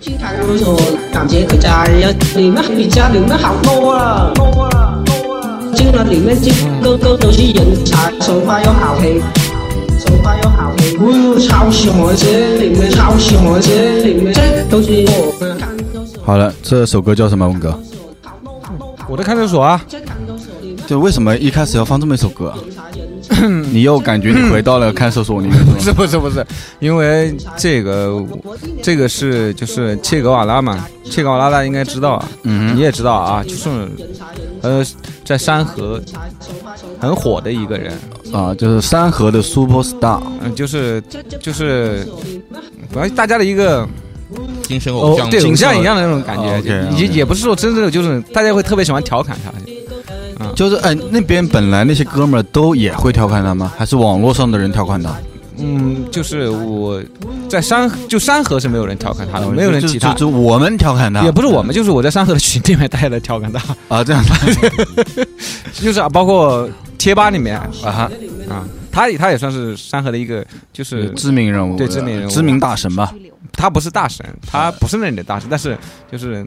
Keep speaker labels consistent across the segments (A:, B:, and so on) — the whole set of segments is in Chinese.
A: 经常他们说感觉回家要里面比家里面好多了，多了，多了。进了里面就个个都是人才，手法又好黑，手法又好黑。我又超喜欢这里面，超喜欢这里面，这都是我们看都是我
B: 好了，这首歌叫什么？文哥，
C: 我的看守所啊，
A: 这看都是我里面
B: 就为什么一开始要放这么一首歌啊？
A: 人才人才。
C: 嗯
B: 你又感觉你回到了看守所里面
C: 不
B: 是
C: 是
B: 吗？
C: 不是不是，因为这个这个是就是切格瓦拉嘛，切格瓦拉大家应该知道啊，
B: 嗯
C: 你也知道啊，就是呃在山河很火的一个人，
B: 啊，就是山河的 super star，
C: 嗯、就是就是主要大家的一个
D: 精神偶像，
C: 哦对偶
B: 精神
C: 像一样的那种感
B: 哦
C: 觉，
B: ，OK，OK
C: 也也不是说真正的就是大家会特别喜欢调侃他，
B: 就是哎，那边本来那些哥们儿都也会调侃他吗？还是网络上的人调侃他？
C: 嗯，就是我在山就山河是没有人调侃他呃的，没有人
B: 就
C: 提他
B: 就。就我们调侃他，
C: 也不是我们，就是我在山河的群里面，大家在调侃他，
B: 啊，这样子
C: 就是啊，包括贴吧里面，
B: 啊哈，
C: 啊，他也他也算是山河的一个，就是
B: 知名人物，
C: 对知名人物
B: 知名大神吧。
C: 他不是大神，他不是那里的大神，但是就是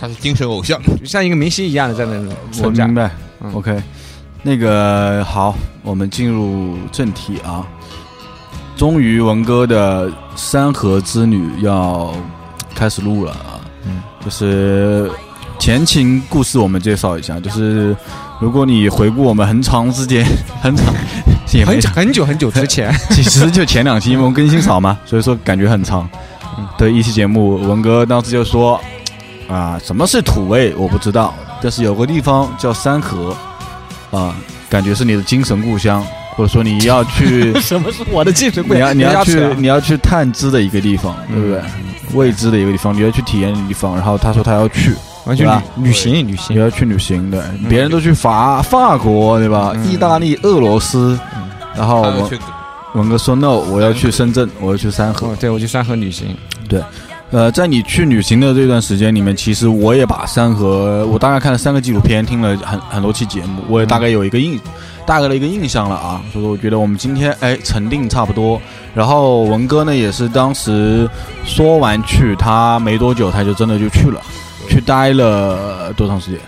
D: 他是精神偶像。
C: 像一个明星一样的在那种
B: 我
C: 存在
B: 明。白、
C: 嗯
B: o k 那个好，我们进入正题啊。终于，文哥的山河之旅要开始录了啊。
D: 嗯
B: 就是前情故事，我们介绍一下。就是如果你回顾我们很长时间， 很长，也没
C: 很久很久很久之前，，
B: 其实就前两期，因为我们更新少嘛，所以说感觉很长。的一期节目，文哥当时就说：“啊，什么是土味？我不知道，但是有个地方叫三河，啊，感觉是你的精神故乡，或者说你要去
C: 什么是我的精神
B: 你要你要去啊嗯
C: 扯
B: 你要去探知的一个地方，对不对？未知的一个地方，你要去体验的地方。然后他说他要去，
C: 我要去
B: 对吧
C: 旅旅行旅
B: 你
C: 行，
B: 要去旅行的，别人都去法法国，对吧？
C: 嗯
B: 意大利、俄罗斯，然后
D: 他
B: 我
D: 要去
B: 文哥说 no，我要去深圳，我要去三河。
C: 哦，对我去山河旅行，
B: 呃，在你去旅行的这段时间里面，其实我也把三河，我大概看了三个纪录片，听了很很多期节目，我也大概有一个印，大概的一个印象了啊。所以说，我觉得我们今天哎沉定差不多。然后文哥呢，也是当时说完去，他没多久他就真的就去了，去待了多长时间？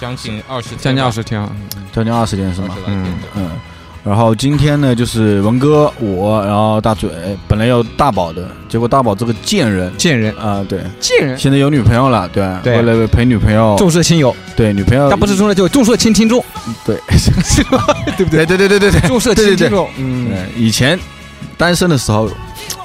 D: 将近二十，
C: 将近二十天啊，
B: 将近二十天是
D: 二
B: 吗
D: 十？来天的。
B: 嗯，然后今天呢，就是文哥我，然后大嘴，本来有大宝的，结果大宝这个贱人
C: 见人
B: 啊、对，
C: 见人，
B: 现在有女朋友了，对，为
C: 对
B: 了陪女朋友，
C: 重色轻友，
B: 对女朋友，
C: 但不是重色轻友，重色轻听众，
B: 对，
C: 对不对？
B: 对对对对对对，
C: 重色轻听众，嗯，
B: 嗯，以前单身的时候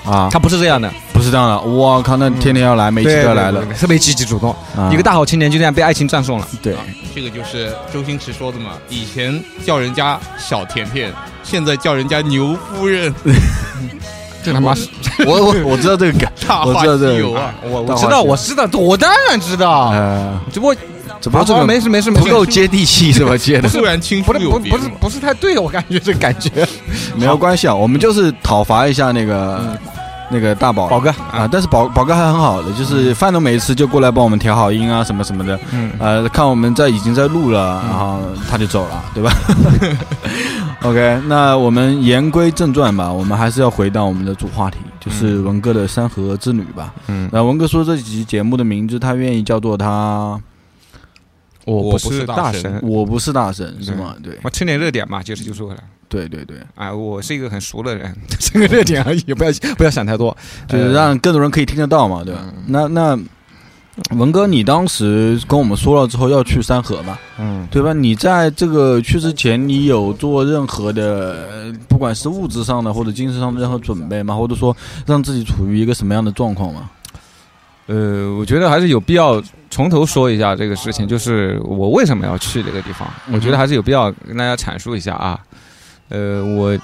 B: 啊，
C: 他不是这样的，
B: 不是这样的，我靠，那天天要来，每期
C: 对
B: 都要
C: 对
B: 来
C: 对
B: 了，
C: 对特别积极主动，
B: 啊
C: 一个大好青年就这样被爱情战胜了，
B: 对
D: 啊，这个就是周星驰说的嘛，以前叫人家小甜甜，现在叫人家牛 夫人，
C: 这他妈是。
B: 我我 我知道这个梗，
D: 大
B: 我
D: 话
B: 知道
D: 西
B: 这
D: 游
B: 个
D: 啊
B: 啊，，
C: 我
B: 大
C: 我
B: 话
C: 知道，
B: 西游
C: 我知道，我当然知道。
B: 呃，
C: 只不过
B: 只不过这
C: 啊
B: 个
C: 没事没事没
B: 不
C: 事，
B: 够接地 气是吧？接的
D: 突然青
C: 不
D: 出
C: 是
D: 有
C: 不
D: 别
C: 不是
D: 嘛
C: 不是太对，我感觉这感觉。
B: 没有关系啊，我们就是讨伐一下那个那个大宝
C: 嗯宝哥
B: 啊，，但是宝宝哥还很好的，就是饭都没吃就过来帮我们调好音啊什么什么的，
C: 嗯，
B: 呃，看我们在已经在录了，
C: 嗯
B: 然后他就走了，对吧 ？OK，那我们言归正传吧，我们还是要回到我们的主话题，就是文哥的山河之旅吧。
C: 嗯，
B: 那、文哥说这集节目的名字，他愿意叫做他
C: 我
D: 不
C: 是
D: 是大
B: “
D: 神
C: 神，
B: 我不是大神”是吗？对，
C: 我蹭点热点嘛，就是就说回来。
B: 对对对，
C: 啊，我是一个很熟的人， 蹭个热点而已，不要不要想太多。
B: 就
C: 呃
B: 是让更多人可以听得到嘛，对吧？那那文哥，你当时跟我们说了之后要去山河嘛？
C: 嗯，
B: 对吧？你在这个去之前，你有做任何的，呃不管是物质上的或者精神上的任何准备吗？或者说让自己处于一个什么样的状况吗？
C: 呃，我觉得还是有必要从头说一下这个事情，就是我为什么要去这个地方，我觉得还是有必要跟大家阐述一下啊。呃，我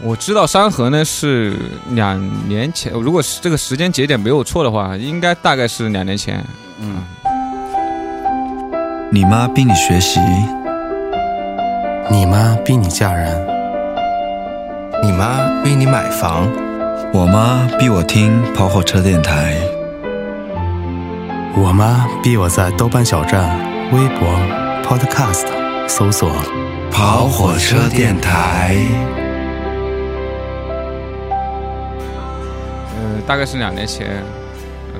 C: 我知道山河呢是两年前，如果是这个时间节点没有错的话，应该大概是两年前。
B: 嗯，
E: 你妈逼你学习，
F: 你妈逼你嫁人，你妈逼你买房，
E: 我妈逼我听跑火车电台，
F: 我妈逼我在豆瓣小站、微博、Podcast 搜索
E: 跑火车电台。
C: 呃，大概是两年前，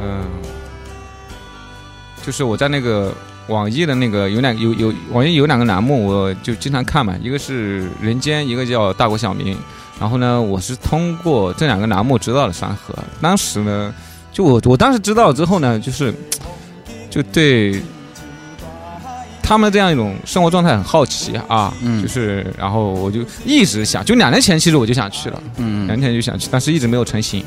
C: 嗯、就是我在那个网易的那个有两有有网易有两个栏目，我就经常看嘛，一个是《人间》，一个叫《大国小民》。然后呢，我是通过这两个栏目知道了山河。当时呢，就我我当时知道了之后呢，就是就对他们这样一种生活状态很好奇啊，
B: 嗯
C: 就是然后我就一直想，就两年前其实我就想去了。
B: 嗯
C: 两天就想去，但是一直没有成型。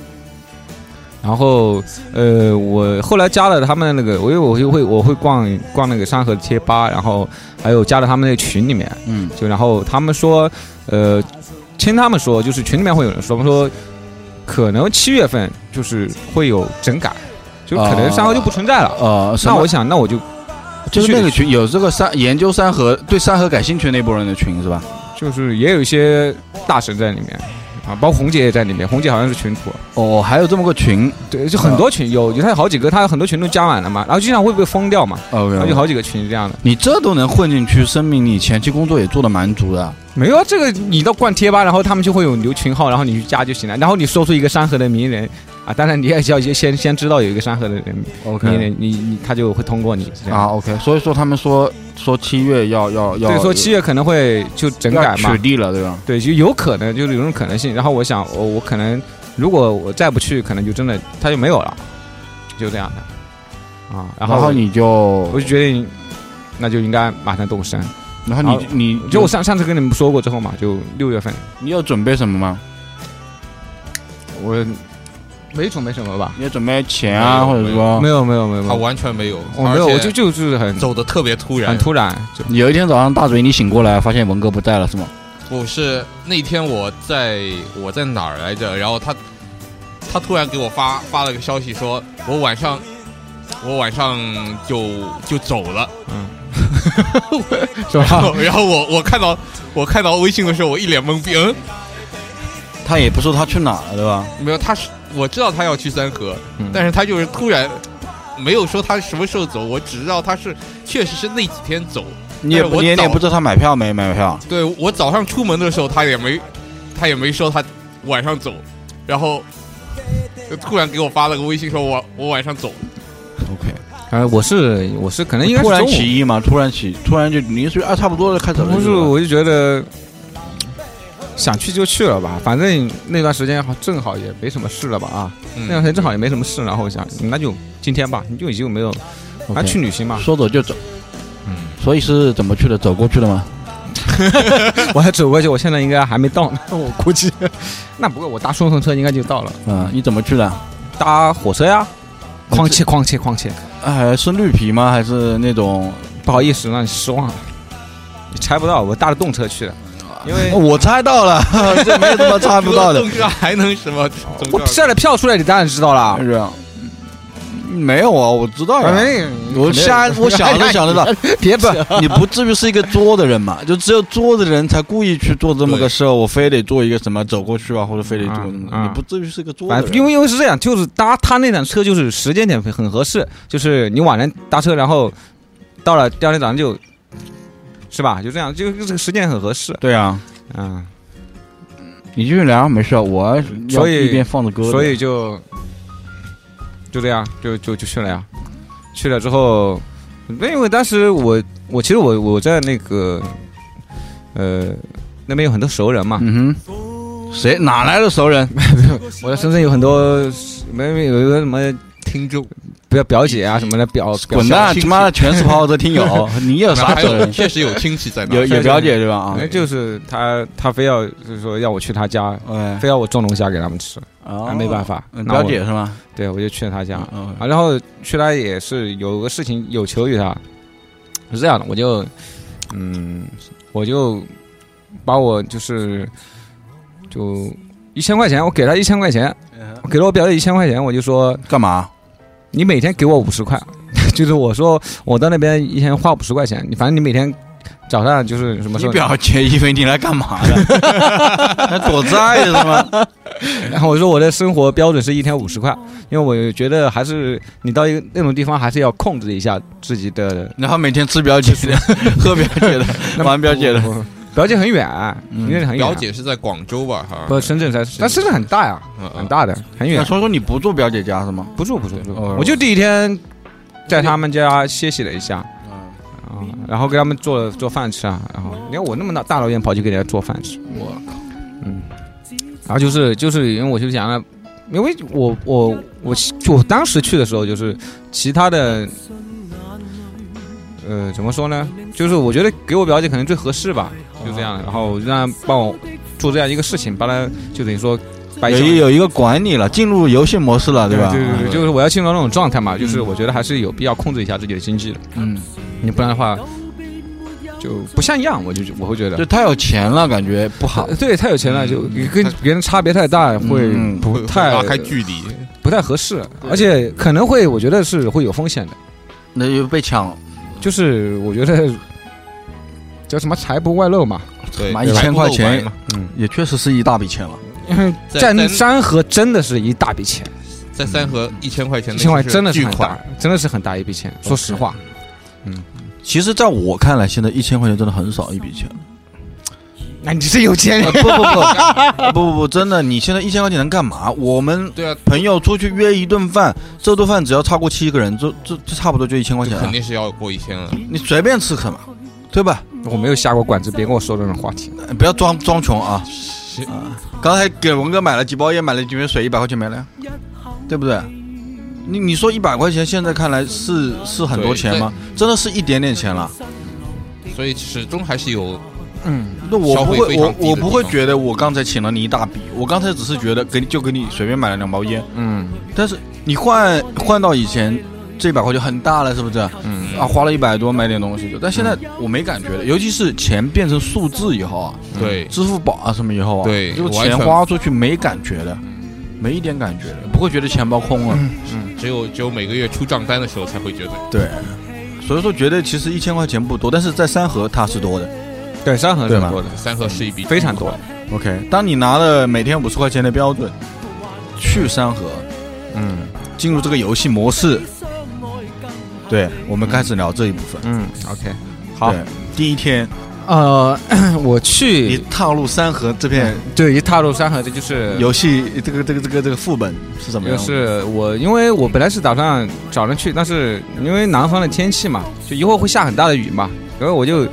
C: 然后，呃，我后来加了他们那个，我因为我就会我会逛逛那个山河贴吧，然后还有加了他们那个群里面，
B: 嗯
C: 就然后他们说，呃，听他们说，就是群里面会有人说，他们说可能七月份就是会有整改，就可能山河就不存在了。
B: 呃，什
C: 那
B: 么
C: 我想，那我就
B: 就是那个群有这个山研究山河对山河感兴趣的那波人的群是吧？
C: 就是也有一些大神在里面啊，包括红姐也在里面，红姐好像是群主，
B: 哦，还有这么个群
C: 对，就很多群有，有他有好几个，他有很多群都加满了嘛，然后经常会被封掉嘛，然后有
B: ，OK，
C: 好几个群是这样的。
B: 你这都能混进去，说明你前期工作也做的蛮足的。
C: 没有啊，这个你到逛贴吧，然后他们就会有留群号，然后你去加就行了。然后你说出一个山河的名人啊，当然你也要先先知道有一个山河的人名人，你你他就会通过你。是这样
B: 啊，OK，所以说他们说说七月要要要，
C: 对，说七月可能会就整改
B: 要
C: 嘛
B: 取，缔了，对吧？
C: 对，就有可能就是有这种可能性。然后我想，我我可能如果我再不去，可能就真的他就没有了，就这样的啊。然
B: 然
C: 后
B: 后你就
C: 我就决定，那就应该马上动身。
B: 然后
C: 然
B: 你你
C: 就啊我上上次跟你们说过之后嘛，就六月份，
B: 你有准备什么吗？
C: 我没准备什么吧？
B: 你有准备钱啊，
D: 没
B: 或
D: 有
B: 者说
C: 没有没有没有没
D: 他
C: 有，
D: 啊完全没有，
C: 哦我没有，
D: 而
C: 我
D: 且
C: 就就是很
D: 走的特别突然
C: 很。突然，就
B: 有一天早上大嘴你醒过来发现文哥不在了是吗？
D: 我是那天我在我在哪儿来着，然后他他突然给我发发了个消息说，我晚上我晚上就就走了。
C: 是 吧？
D: 然后我我看到我看到微信的时候，我一脸懵逼，嗯，
B: 他也不说他去哪了，对吧？
D: 没有，他是我知道他要去三河，
C: 嗯
D: 但是他就是突然没有说他什么时候走，我只知道他是确实是那几天走。
B: 你也
D: 但是
B: 不
D: 我
B: 你也你
D: 早
B: 也不知道他买票没买票，
D: 对我早上出门的时候，他也没他也没说他晚上走，然后就突然给我发了个微信说我我晚上走，
C: 反哎正我是我是可能应该是
B: 突然
C: 中午
B: 起义嘛，突然起，突然就你是啊，差不多了，开始了
C: 不是，
B: 吧
C: 我就觉得想去就去了吧，反正那段时间好正好也没什么事了吧啊，
D: 嗯
C: 那段时间正好也没什么事，然后我想那就今天吧，你就已经没有，那
B: OK
C: 去旅行嘛，
B: 说走就走。
D: 嗯
B: 所以是怎么去的？走过去的吗？
C: 我还走过去，我现在应该还没到呢，我估计， 那不过我搭顺风车应该就到了，
B: 嗯，你怎么去的？
C: 搭火车呀，哐切哐切哐切，
B: 哎，是绿皮吗？还是那种？
C: 不好意思让你失望了，你猜不到，我搭了动车去的，因为
B: 我猜到 了，这没什么猜不到 的
D: 动，车还能什么？
C: 我
D: 总 之啊
C: 晒了票出来，你当然知道了
B: 是。啊。没有啊，我知道呀。
C: 哎
B: 我瞎，我想都 想得 到。
C: 别不
B: 你不至于是一个作的人嘛？就只有作的人才故意去做这么个事儿，我非得做一个什么走过去啊，或者非得做什么，
C: 啊啊
B: 你不至于是个作
C: 反
B: 的
C: 正
B: 人。
C: 因为因为是这样，就是搭他那辆车就是时间点很合适，就是你晚上搭车，然后到了第二天早上就，是吧？就这样，就就这个时间很合适，
B: 对啊，
C: 嗯，
B: 你继续聊，没事，我要
C: 所以
B: 一边放着歌的，
C: 所以就就这样，就就就去了呀。去了之后，那因为当时我我其实我我在那个呃那边有很多熟人嘛，
B: 嗯哼，谁哪来的熟 人？
C: 我在深圳有很多没没有一个什么
D: 听众，
C: 表表姐啊什么的表表
B: 滚蛋！他妈的全是跑我的听 友，你有
D: 然后
B: 啥
D: 还
B: 熟
D: 有
B: 人？
D: 确实有亲戚在那，
B: 有有表姐对吧？啊
C: 反，正就是他，他非要就是说要我去他家，
B: 哎，
C: 非要我种龙啊虾给他们吃，
B: 哦
C: 那没办，法，
B: 嗯
C: 那我
B: 表姐，是吗？
C: 对我就去了他家，
B: 嗯
C: 啊，然后去他也是有个事情有求于他，是这样的，我就，嗯，我就把我就是就一千块钱，我给他一千块钱，
B: 嗯
C: 我给了我表姐一千块钱，我就说
B: 干嘛？
C: 你每天给我五十块， 就是我说我到那边一天花五十块钱，你反正你每天早上就是什么时
B: 你
C: 候
B: 表姐以为你来干嘛 的？还躲债是吗？
C: 然后我说我的生活标准是一天五十块，因为我觉得还是你到一个那种地方还是要控制一下自己的。
B: 然后每天吃表姐的，喝表姐的，玩表姐的，
C: 我表姐很远，
B: 嗯
C: 离那里很远。
D: 表姐是在广州吧？哈，
C: 不，深圳才，但深圳很大呀，
D: 嗯嗯
C: 很大的，很远
B: 那。所以说你不住表姐家是吗？
C: 不住不住不住
B: 哦，
C: 我就第一天在他们家歇息了一下，啊，然后给他们做做饭吃啊，然后你看我那么大大老远跑去给人家做饭吃，我嗯，然后就是就是因为我就想了，因为我我我我当时去的时候就是其他的。呃，怎么说呢？就是我觉得给我表姐可能最合适吧，就这样。然后让她帮我做这样一个事情，帮她就等于说摆
B: 有
C: 上
B: 一有一个管你了，进入游戏模式了，
C: 对
B: 吧？
C: 对对
D: 嗯
C: 对，就是我要进入到那种状态嘛，就是我觉得还是有必要控制一下自己的经济的，
B: 嗯，
C: 你不然的话就不像样，我就我会觉
B: 就
C: 得。
B: 他有钱了，感觉不好。
C: 对，太有钱了，就跟别人差别太大，会
B: 嗯
C: 不
D: 嗯会
C: 太
D: 拉开距离，
C: 不太合适，而且可能会，我觉得是会有风险的。
B: 那就被抢了，
C: 就是我觉得叫什么财不外露嘛，
D: 对，
B: 妈一千块钱
D: 嘛，
B: 也确实是一大笔钱了。
D: 在
C: 占
D: 在
C: 山河真的是一大笔钱，
D: 在三河一千块
C: 嗯
D: 钱
C: 一
D: 的
C: 千块
D: 就是
C: 真的是
D: 巨
C: 很大
D: 款，，
C: 真的是很大一笔钱。说实 话，
B: 其实，在我看来，现在一千块钱真的很少一笔钱。
C: 那你是有钱
B: 呃
C: 人，
B: 不 不不不不不，真的，你现在一千块钱能干嘛？我们
D: 对啊，
B: 朋友出去约一顿饭，这顿饭只要超过七个人，这这这差不多就一千块钱
C: 啊
D: 肯
B: 了。
D: 定是要过一千了。
B: 你随便吃什么，对吧？
C: 我没有下过馆子，别跟我说这种话题。
B: 呃不要装装穷啊！
D: 是
C: 嗯
B: 刚才给文哥买了几包烟，买了几瓶水，一百块钱没了呀，对不对？你你说一百块钱，现在看来是是很多钱吗？真的是一点点钱了。
D: 所以始终还是有
C: 嗯，
B: 那我不
D: 消费
B: 会，
D: 非常
B: 我
D: 低的
B: 我不会
D: 地方
B: 觉得我刚才请了你一大笔，我刚才只是觉得给你就给你随便买了两包烟，
C: 嗯，
B: 但是你换换到以前，这一百块就很大了，是不是？嗯啊，花了一百多买点东西，但现在
D: 嗯
B: 我没感觉了，尤其是钱变成数字以后啊，
C: 嗯
D: 对
B: 支付宝啊什么以后啊，
D: 对
B: 这个
D: 完
B: 钱
D: 全
B: 花出去没感觉的，没一点感觉的，不会觉得钱包空了。
D: 嗯只有只有每个月出账单的时候才会觉得，
B: 对，所以说觉得其实一千块钱不多，但是在三河它是多的。
C: 对，山河是
B: 对
C: 很
B: 吧
C: 多的，
D: 三河是一笔
C: 非常多。
B: OK，当你拿了每天五十块钱的标准去三河，
C: 嗯
B: 进入这个游戏模式，对我们开始聊这一部分。
C: 嗯，OK，好
B: 对，第一天
C: 呃， 我
B: 你
C: 去，
B: 踏入三河这片
C: 对，一踏入山河，这就是
B: 游戏这个这个这个这个副本是怎么
C: 就
B: 样？
C: 是我，因为我本来是打算早上去，但是因为南方的天气嘛，就一会儿会下很大的雨嘛，然后我就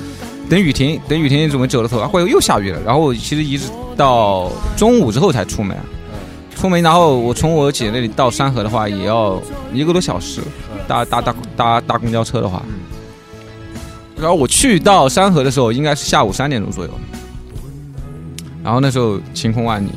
C: 等雨停，等雨停准备走的时候，啊会又下雨了，然后我其实一直到中午之后才出门，啊出门然后我从我姐那里到山河的话也要一个多小时，
B: 嗯
C: 搭搭搭搭搭公交车的话，然后我去到山河的时候应该是下午三点钟左右，然后那时候晴空万里，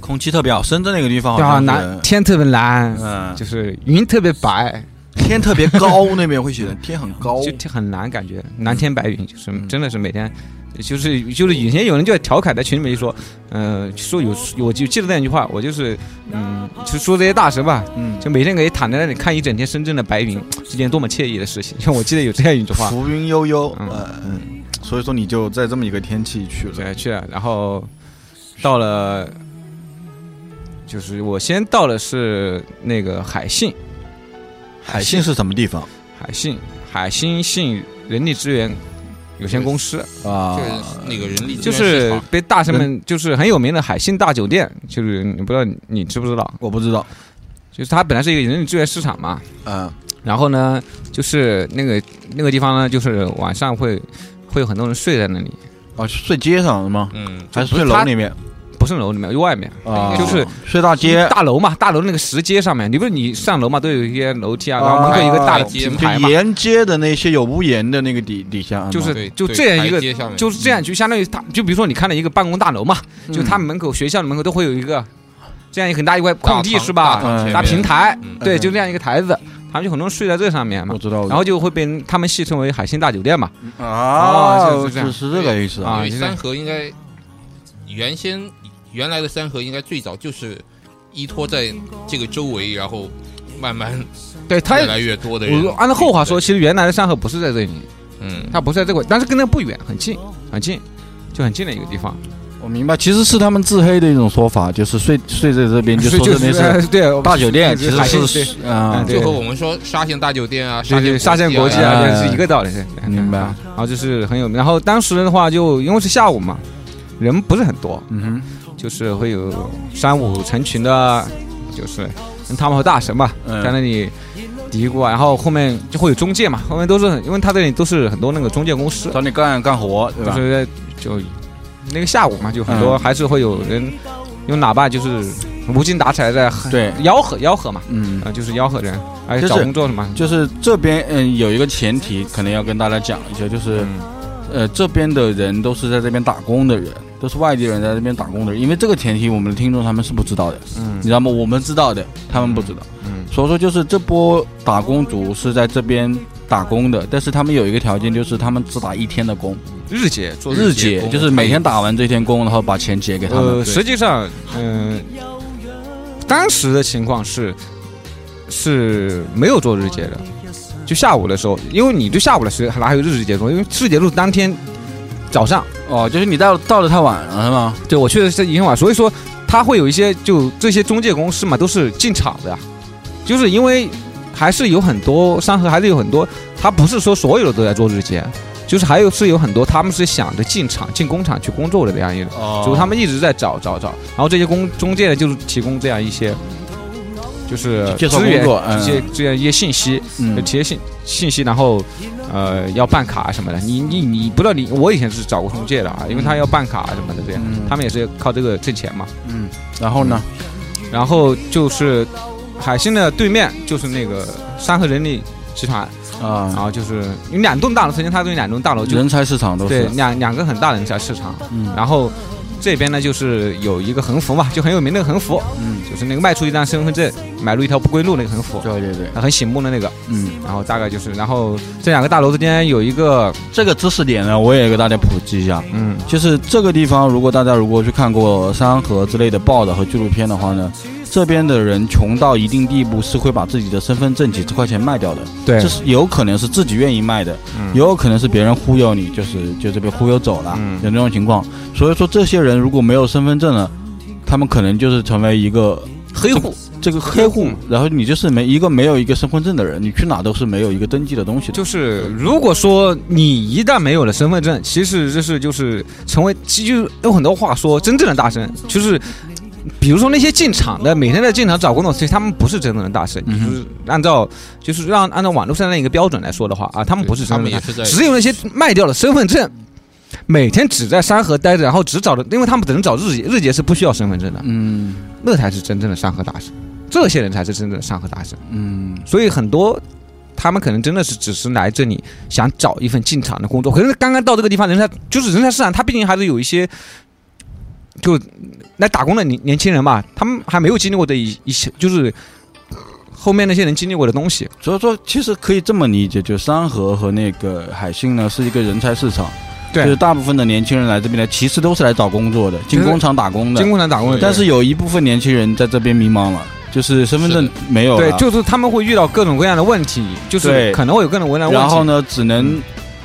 B: 空气特别好，深哦圳那个地方好
C: 啊，
B: 像是
C: 蓝天特别蓝，
B: 嗯，
C: 就是云特别白，
B: 天特别高，那边会写的天很高
C: 就挺很难感觉蓝天白云，就是真的是每天，就是就是以前有人就在调侃在群里面就说，呃，说有我就记得那句话，我就是嗯，就说这些大神吧，
B: 嗯，
C: 就每天可以躺在那里看一整天深圳的白云，是件多么惬意的事情。 我记得有这样一句话，
B: 浮云悠悠，
C: 嗯
B: 呃嗯，所以说你就在这么一个天气去了，
C: 对，去了，然后到了，就是我先到的是那个海信，
B: 海信是什么地方
C: 海信海信信人力资源有限公司。
B: 啊
D: 这个那个人力资
C: 就
D: 源市
C: 是
D: 场
C: 被大神们，就是很有名的海信大酒店，就是你不知道你知不知道？
B: 我不知道，
C: 就是它本来是一个人力资源市场嘛，
B: 嗯，
C: 然后呢，就是那个那个地方呢，就是晚上会会有很多人睡在那里，
B: 哦，睡街上是吗？
D: 嗯，
B: 还是睡楼里面
C: 不是楼里面，就外面，
B: 啊？
C: 就是
B: 睡大街，
C: 大楼嘛，大楼那个石阶上面，你不是你上楼嘛，都有一些楼梯啊，然后门口有一个大的
D: 台阶
C: 平
D: 嘛
C: 台
B: 就
C: 嘛。
B: 沿街的那些有屋檐的那个底底下，啊
C: 就
B: 吗
C: 是
D: 对
C: 就
D: 对
C: 这样一
D: 台
C: 个
D: 阶下面
C: 就是这样，就相当于他，就比如说你看了一个办公大楼嘛，就他门口学校的门口都会有一个这样一个很大一块空地是吧？
B: 嗯
C: 大平，台，
D: 嗯
C: 对，就这样一个台子，他们就很多人睡在这上面嘛
B: 我，知道，我知
C: 然
B: 道
C: 后就会被他们戏称为海信大酒店嘛。
B: 啊
C: 哦是是这样
B: 是这个意思
C: 啊
D: 因
B: 啊
D: 为
C: 就是
D: 三河应该原先原来的三河应该最早就是依托在这个周围，然后慢慢
C: 对他
D: 越，来越多的人。
C: 我按照后话说，，其实原来的山河不是在这里，
D: 嗯，
C: 它不是在这块，但是跟那不远，很近，很近，就很近的一个地方。
B: 我明白，其实是他们自黑的一种说法，就是睡睡在这边就
C: 所以
B: 说
C: 就
B: 这边
C: 哎
B: 是
C: 对
B: 大酒 店，其
C: 海
B: 实
C: 鲜
B: 是
C: 嗯
B: 啊，
C: 对
D: 就和我们说沙县大酒店啊，
C: 对对，沙县国际啊，
B: 哎
C: 这是嗯一个道理。对
B: 明白
C: 然后就是很有名，然后当时的话就因为是下午嘛，人不是很多，
B: 嗯
C: 就是会有三五成群的，就是他们和大神嘛，
B: 嗯
C: 在那里嘀咕啊，然后后面就会有中介嘛，后面都是因为他这里都是很多那个中介公司
B: 哼，，找你干干活，对
C: 就
B: 吧？嗯
C: 是在就那个下午嘛，就很多还是会有人用喇叭就是无精打采在喊
B: 对
C: 吆喝吆喝嘛，
B: 嗯
C: 啊、，就是吆喝人，而且
B: 就是
C: 找工作什么，
B: 就是这边嗯有一个前提，可能要跟大家讲一下，就是
C: 嗯
B: 呃这边的人都是在这边打工的人，都是外地人在这边打工的人，因为这个前提我们的听众他们是不知道的，
C: 嗯
B: 你知道吗？我们知道的，他们不知道。
C: 嗯
B: 所以说就是这波打工族是在这边打工的，但是他们有一个条件，就是他们只打一天的工，
C: 日结做
B: 日
C: 结
B: 结
C: 工
B: 就是每天打完这天工，然后把钱结给他们。
C: 呃，实际上，嗯、当时的情况是是没有做日结的，就下午的时候，因为你对下午的时候哪有日结做？因为日结做当天早上，
B: 哦，就是你到到的太晚了是吗？
C: 对我去的是银晚，所以说他会有一些就这些中介公司嘛，都是进场的呀，就是因为还是有很多山河，还是有很多，他不是说所有的都在做日结。就是还有是有很多他们是想着进厂进工厂去工作的这样一种。
B: 哦
C: 就是他们一直在找找找，然后这些工中介呢，就是提供这样一些，就是
B: 介绍
C: 资源
B: 工作嗯
C: 这些这样一些信息，就
B: 嗯
C: 提些信信息，然后呃要办卡什么的。你你你不知道你，我以前是找过中介的啊，因为他要办卡什么的这样，
B: 嗯
C: 他们也是靠这个挣钱嘛。
B: 嗯，然后呢？
C: 然后就是海信的对面就是那个山河人力集团，然
B: 啊，
C: 后就是有两栋大楼，曾经它对两栋大楼就
B: 人才市场都
C: 对
B: 是，
C: 两两个很大的人才市场。
B: 嗯
C: 然后这边呢，就是有一个横幅嘛，就很有名那个横幅，
B: 嗯，
C: 就是那个卖出一张身份证，买入一条不归路那个横幅，
B: 对对对，
C: 啊很醒目的那个。
B: 嗯，
C: 然后大概就是，然后这两个大楼之间有一个，
B: 这个知识点呢，我也给大家普及一下。
C: 嗯
B: 就是这个地方，如果大家如果去看过山河之类的报道和纪录片的话呢，这边的人穷到一定地步是会把自己的身份证几十块钱卖掉的，
C: 对
B: 这是有可能是自己愿意卖的，
C: 嗯
B: 也有可能是别人忽悠你，就是就这被忽悠走了，
C: 嗯
B: 有这种情况。所以说，这些人如果没有身份证了，他们可能就是成为一个
C: 黑户，
B: 这个黑户，然后你就是没一个没有一个身份证的人，你去哪都是没有一个登记的东西的。
C: 就是如果说你一旦没有了身份证，其实这是就是成为，其实有很多话说，真正的大神就是。比如说那些进厂的，每天在进厂找工作，其实他们不是真正的大神，
B: 嗯哼
C: 就是按照就是让按照网络上那一个标准来说的话啊，他们不是
D: 他
C: 真
D: 们
C: 正
D: 也
C: 的，
D: 是在
C: 只有那些卖掉了身份证，每天只在山河待着，然后只找的，因为他们只能找日结，日结是不需要身份证的，
B: 嗯
C: 那才是真正的山河大神，这些人才是真正的山河大神。
B: 嗯，
C: 所以很多他们可能真的是只是来这里想找一份进厂的工作，可是刚刚到这个地方，人才就是人才市场，他毕竟还是有一些就来打工的年年轻人嘛，他们还没有经历过的一一些就是。后面那些人经历过的东西，
B: 所以说其实可以这么理解，就山河和那个海信呢是一个人才市场，
C: 对
B: 就是大部分的年轻人来这边呢，其实都是来找工作的，进工厂打工的
C: 经，工厂打工的，
B: 但是有一部分年轻人在这边迷茫了，就是身份证
D: 是
B: 没有
C: 对，
B: 了，
C: 就是他们会遇到各种各样的问题，就是
B: 对
C: 可能会有各种各样的问题。
B: 然后？呢只能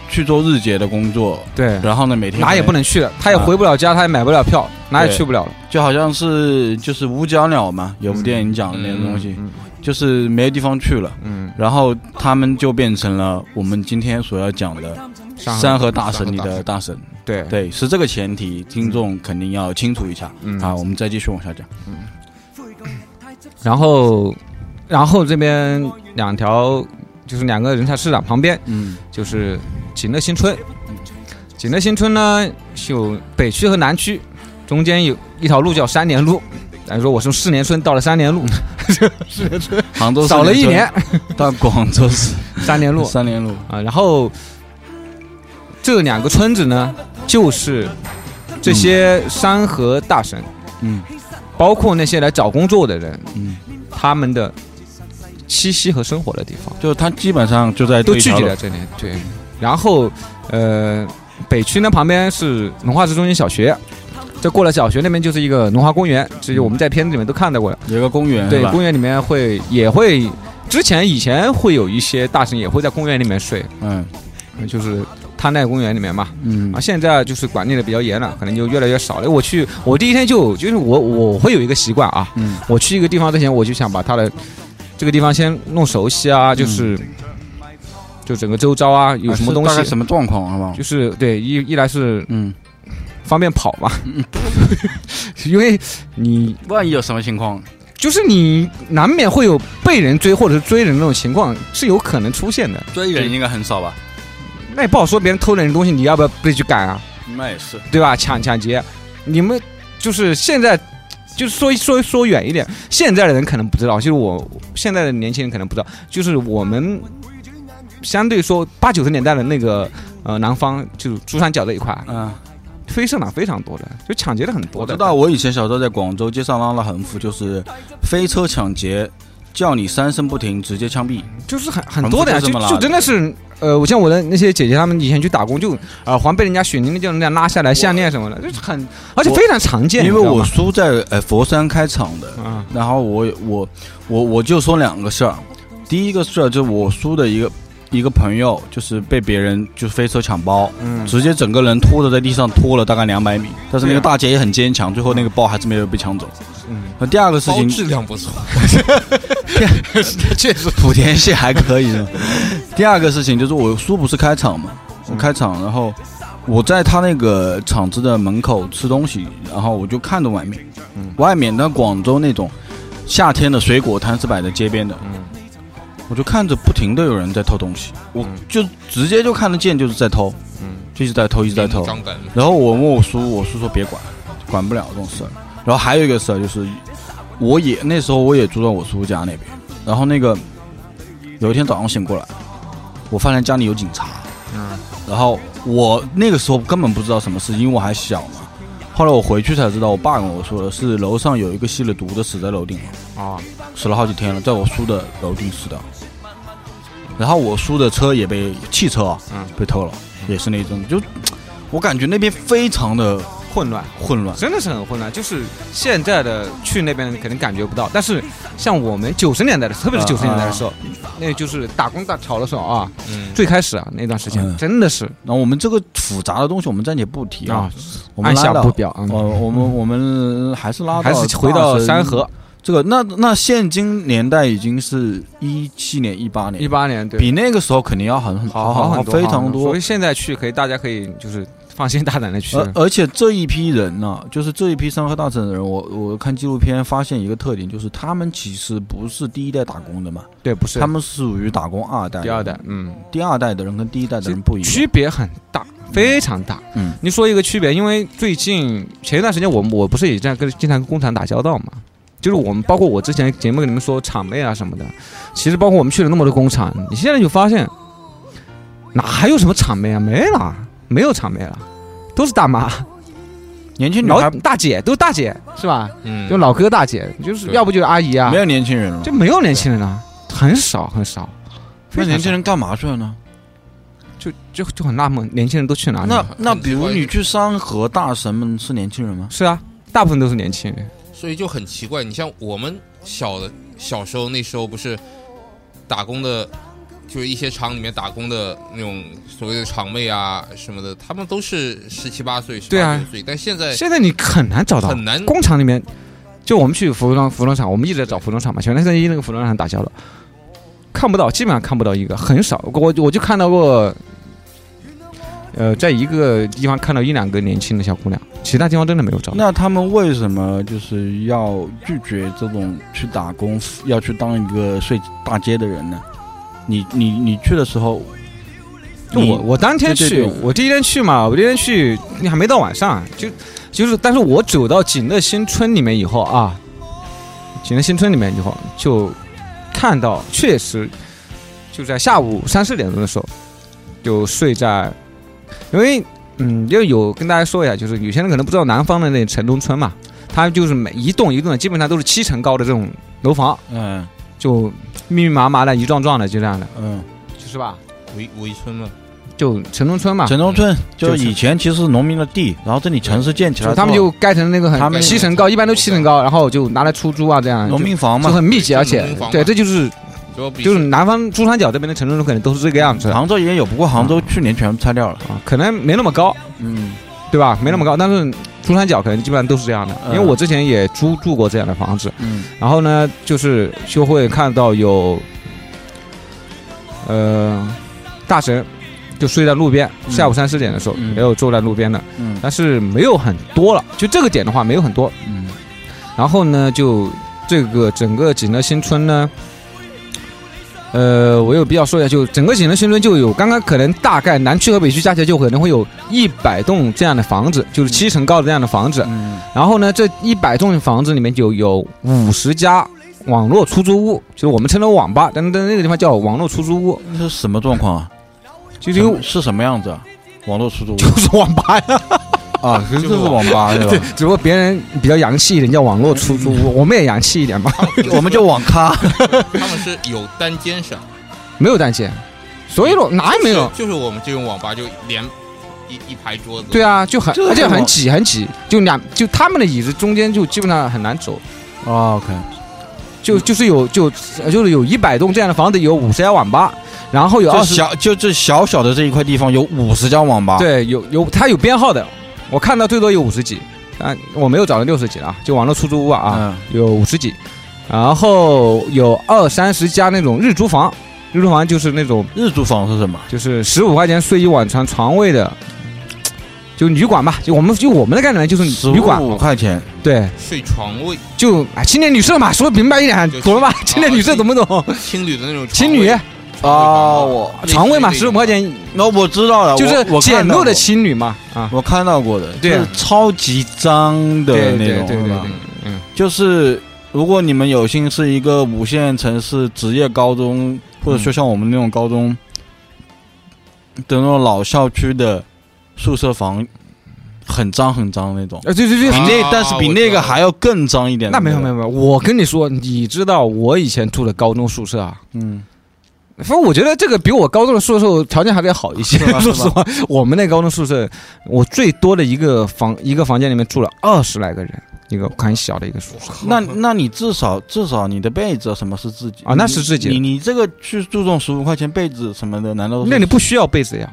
B: 去做日结的工作，
C: 对，
B: 然后呢每天
C: 哪也不能去了，他也回不了家，他也买不了票，哪也
B: 嗯对
C: 去不了了。
B: 就好像是就是无脚鸟嘛，有部电影讲的那种东西，
C: 嗯
B: 就是没有地方去了，
C: 嗯，
B: 然后他们就变成了我们今天所要讲的
C: 上海
B: 山河大神里
D: 山
B: 的
D: 河大神
B: 大神。
C: 对
B: 对，是这个前提，听众肯定要清楚一下。
C: 嗯
B: 好，我们再继续往下讲。
C: 然后，然后这边两条就是两个人才市场旁边
B: 嗯
C: 就是景乐新村，景乐新村呢是有北区和南区，中间有一条路叫三联路。咱说我从四联村到了 三联路，
B: 杭州
C: 少了一
B: 三
C: 年
B: 联，村，但广州是
C: 三联路
B: 三联路。
C: 啊。然后这两个村子呢，就是这些山河大神，
B: 嗯
C: 包括那些来找工作的人，
B: 嗯，
C: 他们的栖息和生活的地方。
B: 就他基本上就在
C: 都
B: 这一
C: 聚
B: 条
C: 集
B: 路
C: 在这里。对，然后呃，北区呢旁边是文化市中心小学，这过了小学那边就是一个文化公园，这就我们在片子里面都看到过了。
B: 有一个公园，
C: 对
B: 嗯是，吧
C: 公园里面会也会，之前以前会有一些大神也会在公园里面睡，
B: 嗯
C: 就是他奈公园里面嘛。
B: 嗯
C: 啊，现在就是管理的比较严了，可能就越来越少了。我去，我第一天就就是我我会有一个习惯啊，
B: 嗯
C: 我去一个地方之前，我就想把它的这个地方先弄熟悉啊，就是、就整个周遭啊有什么东
B: 嗯大概
C: 西，
B: 什么状况，好不好？
C: 就是对一一来是
B: 嗯，
C: 方便跑嘛， 因为你
B: 万一有什么情况，
C: 就是你难免会有被人追或者是追人那种情况是有可能出现的，
B: 追人应该很少吧？
C: 那也不好说别人偷了你东西，你要不要被去赶啊？
B: 那也是，
C: 对吧？抢抢劫，你们就是现在，就是说说说远一点，现在的人可能不知道，就是我现在的年轻人可能不知道，就是我们相对说八九十年代的那个呃南方，就是珠三角这一块，
B: 嗯，
C: 非社党非常多的，就抢劫的很多
B: 我
C: 的。
B: 知道，我以前小时候在广州街上拉了横幅，就是飞车抢劫，叫你三声不停，直接枪毙。
C: 就是很很多的呀，
B: 横幅就这
C: 就
B: 么拉
C: 就真的是。呃，我像我的那些姐姐，她们以前去打工就耳环被人家血淋淋就那样拉下来项链什么的，就是很，而且非常常见。
B: 因为
C: 你知道
B: 我
C: 吗
B: 叔在呃佛山开厂的，
C: 啊，
B: 然后我我我我就说两个事儿，第一个事儿就是我叔的一个一个朋友，就是被别人就飞车抢包，
C: 嗯，
B: 直接整个人拖着在地上拖了大概两百米，但是那
C: 对
B: 个
C: 啊
B: 大姐也很坚强，最后那个包还是没有被抢走。
C: 嗯
B: 那第二个事
D: 包
B: 情，
D: 质量 不错，
B: 确实莆田系还可以。第二个事情就是我叔不是开厂嘛，我开厂，然后我在他那个厂子的门口吃东西，然后我就看着外面，
C: 嗯
B: 外面那广州那种夏天的水果摊是摆在街边的，
C: 嗯
B: 我就看着不停的有人在偷东西，我
C: 嗯
B: 就直接就看得见就是在偷，
C: 嗯
B: 就一直在偷，一直在偷。
D: 张胆。
B: 然后我问我叔，我叔说别管，管不了这种事儿。然后还有一个事儿就是，我也那时候我也住在我叔家那边，然后那个有一天早上醒过来，我发现家里有警察，
C: 嗯
B: 然后我那个时候根本不知道什么事，因为我还小嘛。后来我回去才知道，我爸跟我说的是楼上有一个吸了毒的死在楼顶了，
C: 啊，
B: 死了好几天了，在我叔的楼顶死的。然后我叔的车也被汽车啊
C: 嗯
B: 被偷了，也是那一种，就我感觉那边非常的
C: 混乱。
B: 混乱。
C: 真的是很混乱。就是现在的去那边可能感觉不到，但是像我们九十年代的，
B: 啊
C: 特别是九十年代的时候，那就是打工大潮的时候啊，
D: 嗯，
C: 最开始啊那段时间
B: 嗯
C: 真的是
B: 然后我们这个复杂的东西，我们暂且不提啊
C: 啊，，
B: 我们
C: 按下
B: 拉到
C: 不表啊，
B: 呃，我们我们还是拉到
C: 还是回到三河
B: 这个。那那现今年代已经是一七年、一八年，
C: 一八年对，
B: 比那个时候肯定要好很
C: 好
B: 好
C: 很
B: 非常
C: 多。
B: 多
C: 所以。现在去可以，大家可以就是放心大胆的去。
B: 而而且这一批人呢、就是这一批三河大城的人，我我看纪录片发现一个特点，就是他们其实不是第一代打工的嘛，
C: 对，不是
B: 他们是属于打工二代。
C: 第二代，，嗯，
B: 第二代的人跟第一代的人不一样。
C: 区别很大，非常大。
B: 嗯，
C: 你说一个区别，因为最近前一段时间我我不是也在跟经常跟工厂打交道嘛，就是我们包括我之前节目跟你们说厂妹啊什么的，其实包括我们去了那么多工厂，你现在就发现哪还有什么厂妹啊，没了，没有厂妹了。都是大妈、
B: 年轻女
C: 老
B: 孩
C: 大姐，都是大姐是吧？就
D: 嗯，
C: 老哥、大姐，就是
D: 对
C: 要不就是阿姨啊
B: 没，有年轻人了，
C: 就没有年轻人了，很少很少。
B: 那
C: 非常
B: 年轻
C: 少
B: 人干嘛去了呢？
C: 就就就很纳闷，年轻人都去哪里了？
B: 那那
D: 很
B: 比如
D: 怪
B: 你去山河大神们是年轻人吗？
C: 是啊，大部分都是年轻人。
D: 所以就很奇怪。你像我们小的小时候那时候不是打工的，就是一些厂里面打工的那种所谓的厂妹啊什么的，他们都是十七八岁、十
C: 对
D: 八
C: 啊
D: 九岁，但现在
C: 现在你很难找到
D: 很难
C: 工厂里面，就我们去服装服装厂，我们一直在找服装厂嘛，全在跟那个服装厂打交道，看不到，基本上看不到一个，很少。我我就看到过，呃，在一个地方看到一两个年轻的小姑娘，其他地方真的没有找到。
B: 那他们为什么就是要拒绝这种去打工，要去当一个睡大街的人呢？你你你去的时候，
C: 就我
B: 你
C: 我当天
B: 对
C: 去
B: 对对，
C: 我第一天去嘛，我第一天去，你还没到晚上，就就是，但是我走到景乐新村里面以后啊，景乐新村里面以后就看到，确实就在下午三四点钟的时候，就睡在，因为嗯，就有跟大家说一下，就是有些人可能不知道南方的那城中村嘛，它就是每一栋一栋的，基本上都是七层高的这种楼房，
B: 嗯
C: 就密密麻麻的一幢幢的，就这样的，
B: 嗯，
C: 就是吧，
D: 围围村嘛，
C: 就城中村嘛，
B: 城中村就
C: 啊就是是
B: 以前其实是农民的地，然后这里城市建起来
C: 就
B: 之后，
C: 他们就盖成那个
B: 他们
C: 很七层高，一般都七层高，然后就拿来出租啊，这样
B: 农民房
C: 就就
B: 嘛，
C: 很密集，
D: 就
C: 而且
D: 农民房嘛
C: 对，这就是
D: 主要比
C: 就是南方珠三角这边的城镇可能都是这个样子啊，
B: 杭州也有，不过杭州去年全部拆掉了。
C: 可能没那么高，
B: 嗯，
C: 对吧？没那么高，但是珠三角可能基本上都是这样的，因
B: 嗯
C: 为我之前也租住过这样的房子，
B: 嗯，
C: 然后呢，就是就会看到有，呃，大神就睡在路边，
B: 嗯
C: 下午三四点的时候
B: 嗯
C: 也有坐在路边的，
B: 嗯
C: 但是没有很多了，就这个点的话没有很多，
B: 嗯
C: 然后呢，就这个整个景德新村呢，呃，我有必要说一下，就整个景德新村就有刚刚可能大概南区和北区加起来就可能会有一百栋这样的房子，就是七层高的这样的房子。
B: 嗯
C: 然后呢，这一百栋房子里面就有五十家网络出租屋，就是我们称的网吧，但但那个地方叫网络出租屋，
B: 那是什么状况啊？
C: 就是有
B: 什么是什么样子啊？网络出租
C: 就是网吧 呀。
B: 啊，可是这是网吧对吧？
C: 只不过别人比较洋气一点叫网络出租屋，我们也洋气一点 吧。
B: 我们就网 咖。
D: 他们是有单间上，
C: 没有单间，所以咯，哪也没有。
D: 就是就是我们这种网吧就连一一排桌子，
C: 对，啊，就很
B: 这个
C: 而且
B: 很
C: 很
B: 好
C: 挤很挤，就两就他们的椅子中间就基本上很难走，
B: 哦 OK，
C: 就就是有就就是有一百栋这样的房子，有五十家网吧，然后有
B: 就
C: 二十
B: 小就这小小的这一块地方有五十家网吧。，
C: 对有有它有编号的，我看到最多有五十几，啊我没有找到六十几了，就网络出租屋啊啊、
B: 嗯
C: 有五十几，然后有二三十家那种日租房，日租房就是那种
B: 日租房是什么？
C: 就是十五块钱睡一晚床床位的，就旅馆吧，就我们就我们的概念就是
B: 十
C: 嗯旅馆
B: 五块钱。
C: 对。
D: 睡床位，
C: 就啊，青年旅社嘛，说明白一点，
D: 就
C: 懂了吧？青
D: 青
C: 年旅社懂不懂？
D: 青啊旅的那种床
C: 青旅
D: 位
B: 哦，我
C: 床位嘛，
D: 类似
C: 十
D: 于
C: 五块钱，
B: 那我知道了，我
C: 就是
B: 我
C: 简
B: 看到
C: 陋的
B: 过
C: 青旅嘛啊，
B: 我看到过的，
C: 对啊
B: 就是超级脏的
C: 对
B: 那
C: 对
B: 种，啊
C: 对
B: 是
C: 对
B: 吧，
C: 嗯，
B: 就是如果你们有幸是一个五线城市职业高中，或者
C: 嗯
B: 说像我们那种高中的那种老校区的宿舍房，很脏很脏那种，
C: 呃，对对
B: 比
C: 对，
D: 啊
B: 那但是比那个还要更脏一点。
C: 那没有没有，没有，我跟你说，你知道我以前住的高中宿舍啊，
B: 嗯，
C: 反正我觉得这个比我高中的宿舍条件还得好一些
B: 是吧。
C: 说实话，我们那高中宿舍，我最多的一个房一个房间里面住了二十来个人，一个很小的一个宿舍。
B: 那那你至少至少你的被子什么是自己
C: 啊那是自己的
B: 你你你这个去注重十五块钱被子什么的，难道是
C: 那你不需要被子呀，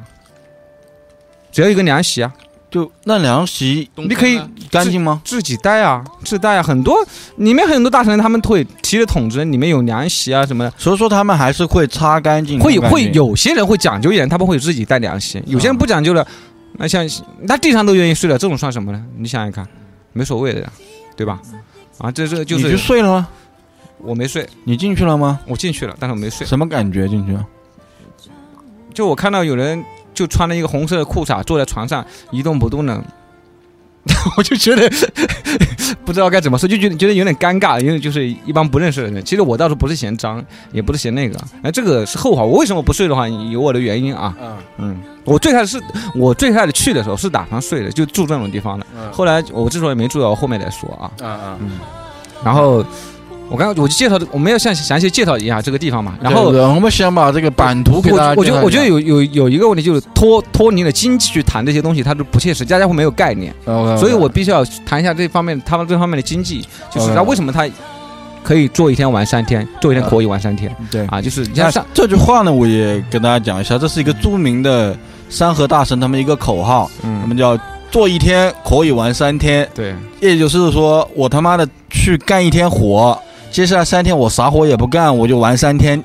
C: 只要一个凉席啊。
B: 就那凉席
D: 冬天
C: 你可以
D: 呢
B: 干净吗？
C: 自己带啊，自带啊，很多里面很多大神他们会提着桶子，里面有凉席啊什么的，
B: 所以说他们还是会擦干净，啊
C: 会
B: 弄干
C: 会
B: 净
C: 有些人会讲究一点，他们会自己带凉席，有些人不讲究了，那像那地上都愿意睡了，这种算什么呢？你想想看，没所谓的呀，对吧？啊，这这就
B: 你去
C: 是
B: 睡了吗？
C: 我没睡，
B: 你进去了吗？
C: 我进去了，但是我没睡，
B: 什么感觉进去？
C: 就我看到有人就穿了一个红色的裤衩坐在床上一动不动的。 我就觉得 不知道该怎么说，就觉得觉得有点尴尬，因为就是一帮不认识的人。其实我倒是不是嫌脏，也不是嫌那个，哎，这个是后话。我为什么不睡的话，有我的原因啊。
B: 嗯
C: 嗯，我最开始是我最开始去的时候是打算睡的，就住这种地方的。后来我之所以没住到，我后面再说啊。
B: 嗯
C: 然后我刚刚我就介绍的，我们要向详细介绍一下这个地方嘛。然后
B: 我们先把这个版图给大家
C: 我我觉
B: 介绍一
C: 得
B: 下
C: 我觉得有有有一个问题就是脱脱离了经济去谈这些东西，它是不切实际，大家会没有概念。
B: OK，OK
C: 所以我必须要谈一下这方面，他们这方面的经济，就是他
B: OK
C: 为什么他可以做一天玩三天，做一天可以玩三天
B: 对
C: 啊？就是你像上
B: 这句话呢，我也跟大家讲一下，这是一个著名的山河大神他们一个口号，他
C: 嗯，
B: 们叫做一天可以玩三天，
C: 对
B: 也就是说我他妈的去干一天活，接下来三天我啥活也不干，我就玩三天，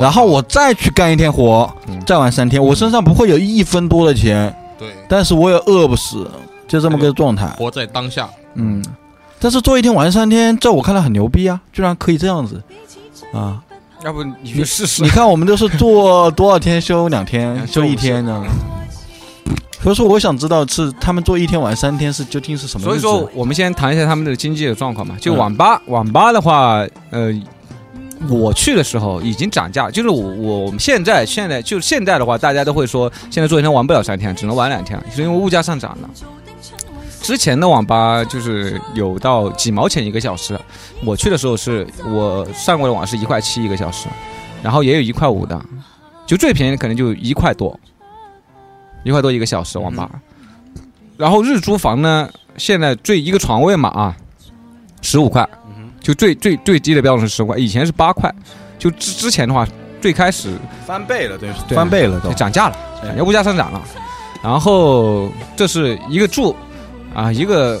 B: 然后我再去干一天活
C: 嗯，
B: 再玩三天，我身上不会有一分多的钱，
D: 对
B: 但是我也饿不死，就这么个状态。
D: 活在当下，
B: 嗯，但是做一天玩三天，在我看来很牛逼啊，居然可以这样子啊！
C: 要不你去试试
B: 你看我们都是做多少天休两 天，休一天呢？所以说，我想知道是他们做一天玩三天是究竟是什么
C: 所
B: 日
C: 以
B: 子？
C: 说，我们先谈一下他们的经济的状况嘛。就
B: 嗯
C: 网吧，网吧的话，呃，我去的时候已经涨价，就是我我我们现在现在就现在的话，大家都会说，现在做一天玩不了三天，只能玩两天，是因为物价上涨了。之前的网吧就是有到几毛钱一个小时，我去的时候是我上过的网是一块七一个小时，然后也有一块五的，就最便宜的可能就一块多，一块多一个小时网吧。
B: 嗯
C: 然后日租房呢，现在最一个床
B: 嗯
C: 位嘛啊，十五块，就最最最低的标准是十块，以前是八块，就之之前的话，最开始
B: 翻倍了，对，
C: 对
B: 翻倍了都
C: 就。涨价了，
B: 对
C: 涨价物价上涨了。然后这是一个住啊，一个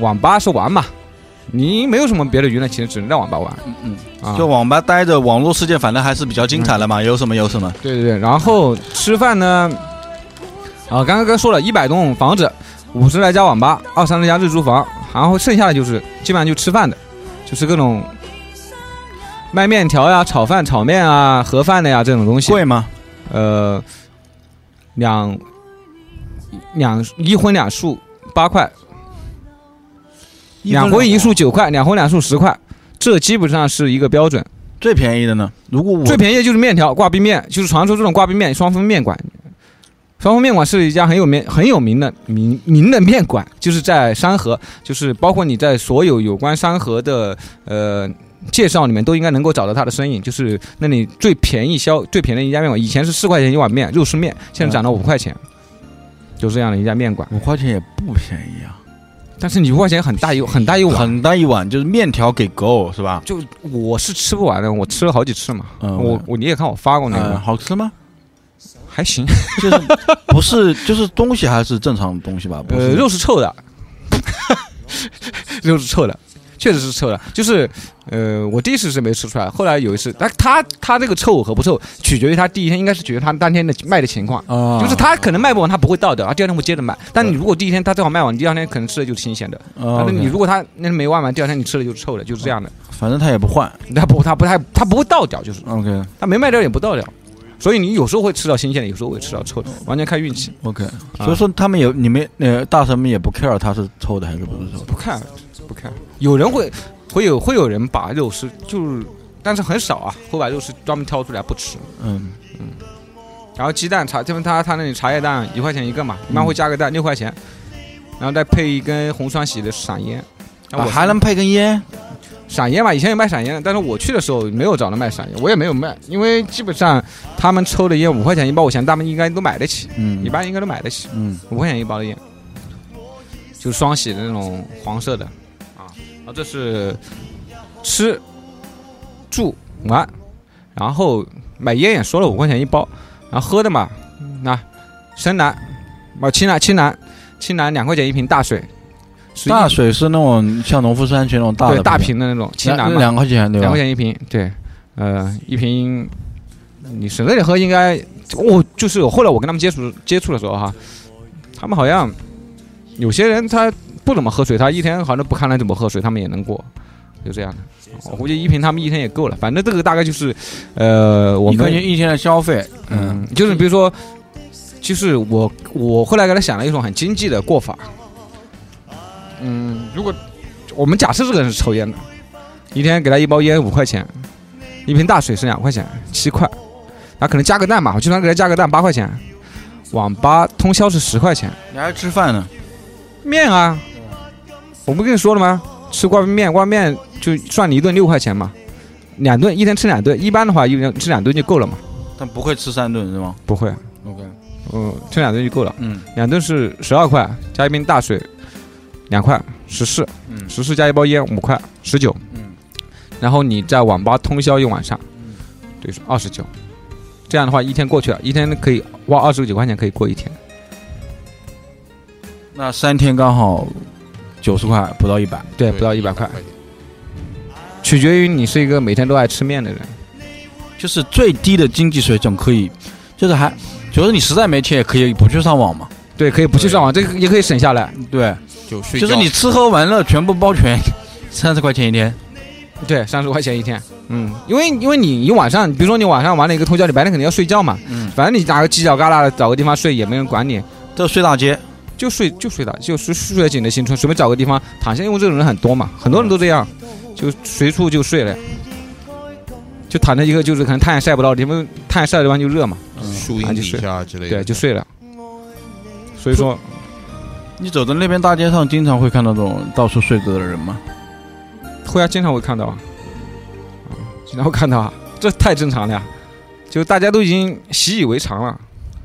C: 网吧是玩嘛，你没有什么别的娱乐，其实只能在网吧玩
B: 嗯嗯，
C: 啊。
B: 就网吧待着，网络世界反正还是比较精彩的
C: 嗯
B: 嘛，有什么有什么。
C: 对对对，然后吃饭呢，啊，刚刚刚说了一百栋房子，五十来家网吧，二三十家日租房，然后剩下的就是基本上就吃饭的，就是各种卖面条呀、炒饭、炒面啊、盒饭的呀这种东西。
B: 贵吗？
C: 呃，两两一荤两素八块，两荤一素九块，两荤两素十块，这基本上是一个标准。
B: 最便宜的呢？如果我
C: 最便宜的就是面条挂冰面，就是传说中的挂冰面双峰面馆。双峰面馆是一家很有名很有名的名名的面馆，就是在山河，就是包括你在所有有关山河的呃介绍里面都应该能够找到它的身影。就是那里最便宜消最便宜的一家面馆，以前是四块钱一碗面肉丝面，现在涨到五块钱，
B: 嗯
C: 就这样的一家面馆。
B: 五块钱也不便宜啊，
C: 但是你五块钱很大一很大一碗，
B: 很大一碗就是面条给够是吧？
C: 就我是吃不完的，我吃了好几次嘛。
B: 嗯
C: 我我你也看我发过那个，
B: 嗯，好吃吗？
C: 还行。
B: 就是不是就是东西还是正常的东西吧？不
C: 呃，
B: 是
C: 肉是臭的， 肉是臭的，确实是臭的。就是呃，我第一次是没吃出来，后来有一次，但他他这个臭和不臭，取决于他第一天，应该是取决于他当天的卖的情况。
B: 啊，
C: 就是他可能卖不完，他不会倒掉，啊他第二天会接着卖。但你如果第一天他正好卖完，你第二天可能吃的就是新鲜的。
B: 啊，
C: 但是你
B: OK
C: 如果他那天没卖完，第二天你吃的就是臭的，就是这样的。
B: 反正他也不换。
C: 他不，他不太，他不会倒掉，就是
B: OK
C: 他没卖掉也不倒掉。所以你有时候会吃到新鲜的，有时候会吃到臭的，完全看运气。
B: OK，所以说他们也你们呃大神们也不 care 他是臭的还是不是臭的。
C: 不看，不看。有人会会有会有人把肉丝就是，但是很少啊，会把肉丝专门挑出来不吃。
B: 嗯，
C: 然后鸡蛋茶，这边他他那里茶叶蛋一块钱一个嘛，一般会加个蛋六块钱，然后再配一根红双喜的散烟。那
B: 啊
C: 我
B: 还能配根烟？
C: 散烟嘛？以前有卖散烟的，但是我去的时候没有找到卖散烟，我也没有卖，因为基本上他们抽的烟五块钱一包，我想他们应该都买得起，
B: 嗯
C: 一般应该都买得起，
B: 嗯，
C: 五块钱一包的烟，就是双喜的那种黄色的啊。然后这是吃住玩，然后买烟也说了五块钱一包，然后喝的嘛，那深蓝，啊青蓝青蓝青蓝两块钱一瓶大水，是一
B: 大水是那种像农夫山泉那种大的
C: 对大
B: 瓶
C: 瓶的那种青
B: 两
C: 蓝嘛，
B: 两块钱对吧
C: 两块？钱一瓶，对，呃，一瓶，你省着点喝应该，我就是后来我跟他们接触接触的时候哈，他们好像有些人他不怎么喝水，他一天好像不看他怎么喝水，他们也能过，就这样的。我估计一瓶他们一天也够了，反正这个大概就是，呃，我
B: 一块
C: 们
B: 钱一天的消费，嗯
C: 嗯，就是比如说，就是我我后来给他想了一种很经济的过法。嗯，如果我们假设这个人是抽烟的，一天给他一包烟五块钱，一瓶大水是两块钱，七块，他可能加个蛋吧，我经常给他加个蛋八块钱，网吧通宵是十块钱，
B: 你还吃饭呢？
C: 面啊，我不跟你说了吗？吃挂面面，挂面就算你一顿六块钱嘛，两顿一天吃两顿，一般的话一人吃两顿就够了嘛，
B: 但不会吃三顿是吗
C: 不会，啊
B: ？OK，
C: 嗯，吃两顿就够了。
B: 嗯
C: 两顿是十二块，加一瓶大水，两块，十四，
B: 嗯
C: 十四加一包烟五块，十九，
B: 嗯，
C: 然后你在网吧通宵一晚上，对，是二十九，这样的话一天过去了，一天可以花二十九块钱可以过一天，
B: 那三天刚好九十块，不到一百。
C: 对，
D: 对
C: 不到一百块
D: 100，钱
C: 取决于你是一个每天都爱吃面的人，
B: 就是最低的经济水准可以，就是还，就是你实在没钱也可以不去上网嘛。
C: 对，可以不去上网，这个也可以省下来，
B: 对，
D: 就睡
B: 就
D: 觉。
B: 是你吃喝玩乐全部包全， 三十块钱一天。
C: 对，三十块钱一天，嗯，因为因为你一晚上，比如说你晚上玩了一个通宵，你白天肯定要睡觉嘛，
B: 嗯，
C: 反正你打个犄角旮旯的找个地方睡也没人管你，
B: 都睡大街。
C: 就睡就睡的，就睡睡在井的新村，随便找个地方躺下，因为这种人很多嘛，很多人都这样，就随处就睡了，就躺在一个就是可能太阳晒不到的地方，太阳晒的地方就热嘛，
D: 树
C: 啊
D: 荫
C: 就
D: 底
C: 是
D: 下之类的。
C: 对，就睡了。所以说，
B: 你走在那边大街上，经常会看到这种到处睡着的人吗？
C: 后来经常会看到，啊，经常会看到，啊，这太正常了呀，就大家都已经习以为常了。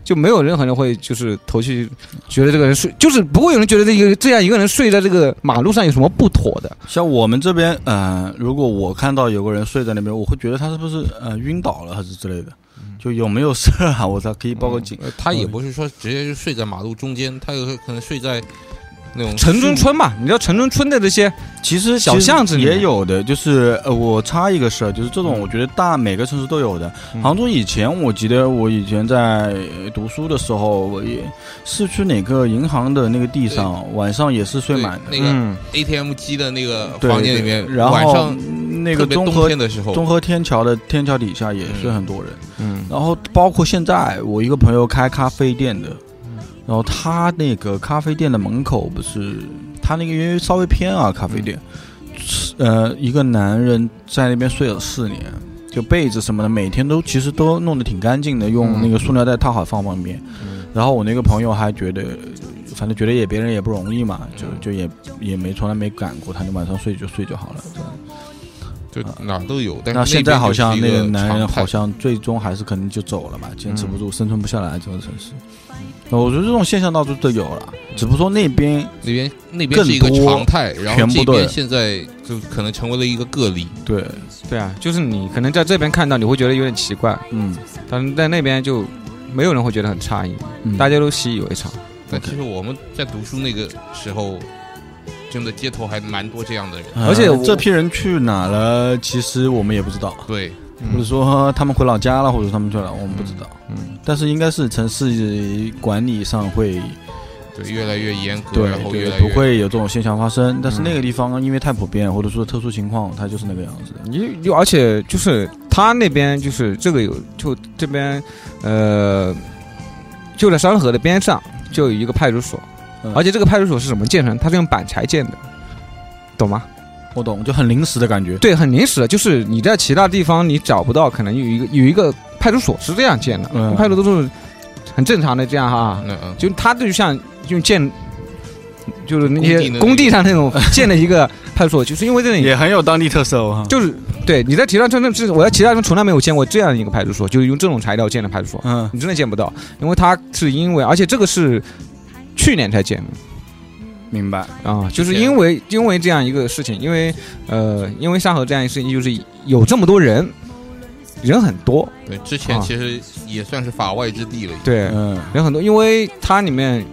C: 就没有任何人会就是头去觉得这个人睡，就是不会有人觉得这个这样一个人睡在这个马路上有什么不妥的。
B: 像我们这边，嗯、如果我看到有个人睡在那边，我会觉得他是不是呃晕倒了还是之类的，就有没有事儿啊？我才可以报个警。
D: 呃他也不是说直接就睡在马路中间，他有可能睡在那种
C: 城中
D: 树
C: 村嘛，你知道城中村的这些，
B: 其实
C: 小
B: 其实
C: 巷子里面
B: 也有的，就是呃，我插一个事儿，就是这
D: 嗯
B: 种我觉得大每个城市都有的。杭州以前我记得我以前在呃读书的时候，我也市区哪个银行的那个地上，晚上也是睡满的
D: 对。那个
C: 嗯，
D: ATM 机的那个
B: 对
D: 房间里面，
B: 对然
D: 晚
B: 后
D: 上
B: 那
D: 特
B: 个
D: 别
B: 综
D: 冬
B: 合
D: 天的时候，
B: 综合天桥的天桥底下也是很多人。
C: 嗯，
B: 然后包括现在，我一个朋友开咖啡店的，
C: 嗯
B: 然后他那个咖啡店的门口不是他那个因为稍微偏啊，咖啡店，
C: 嗯
B: 呃，一个男人在那边睡了四年，就被子什么的，每天都其实都弄得挺干净的，用
C: 嗯
B: 那个塑料袋套好放旁边。然后我那个朋友还觉得，反正觉得也别人也不容易嘛，就就也也没从来没赶过，他就晚上睡就睡就好了。这样
D: 就哪儿都有。但是
B: 啊那现在好像
D: 那
B: 那
D: 边
B: 个
D: 就是一
B: 男
D: 常
B: 人
D: 态
B: 好像最终还是可能就走了吧，坚持不住，生存不下来这个城市。那我觉得这种现象到处都有了，只不过说那边
D: 那边那边是一个
B: 更多
D: 常态，然后
B: 全部
D: 这
B: 都
D: 边
B: 有
D: 现在就可能成为了一个个例。
B: 对，
C: 对啊，就是你可能在这边看到你会觉得有点奇怪，
B: 嗯，
C: 但是在那边就没有人会觉得很诧异，
B: 嗯
C: 大家都习以为常。
D: 但其实我们在读书那个时候，真的街头还蛮多这样的人。
B: 呃
C: 而且我
B: 这批人去哪了，其实我们也不知道，
D: 对，
B: 或者说他们回老家了，或者他们去了，我们不知道。
C: 嗯，
B: 但是应该是城市管理上会
D: 对，越来越严格，
B: 对
D: 然后越
B: 对
D: 来
B: 不
D: 越
B: 会有这种现象发生，但是
C: 嗯
B: 那个地方因为太普遍，或者说特殊情况，它就是那个样子的。
C: 你就而且就是他那边就是这个有就这边，呃，就在山河的边上就有一个派出所，
B: 嗯
C: 而且这个派出所是怎么建成？它是用板材建的，懂吗？
B: 我懂，就很临时的感觉。
C: 对，很临时的，就是你在其他地方你找不到，可能有一个有一个派出所是这样建的，
B: 嗯
C: 派出所都是很正常的这样哈，
D: 那嗯，
C: 就它就像就建。就是那
D: 工地
C: 些
D: 那
C: 工地上那种 建了一个派出所，就是因为 这里
B: 也很有当地特色哦。
C: 就是对你在其他城镇，这我在其他地方从来没有见过这样一个派出所，就是用这种材料建的派出所，
B: 嗯，
C: 你真的见不到，因为它是因为，而且这个是去年才建的
B: 明白。
C: 啊，就是因为因为这样一个事情，因为呃，因为沙河这样一个事情，就是有这么多人，人很多，
D: 对，之前
C: 啊
D: 其实也算是法外之地了。
C: 对，
B: 嗯
C: 人很多，因为它里面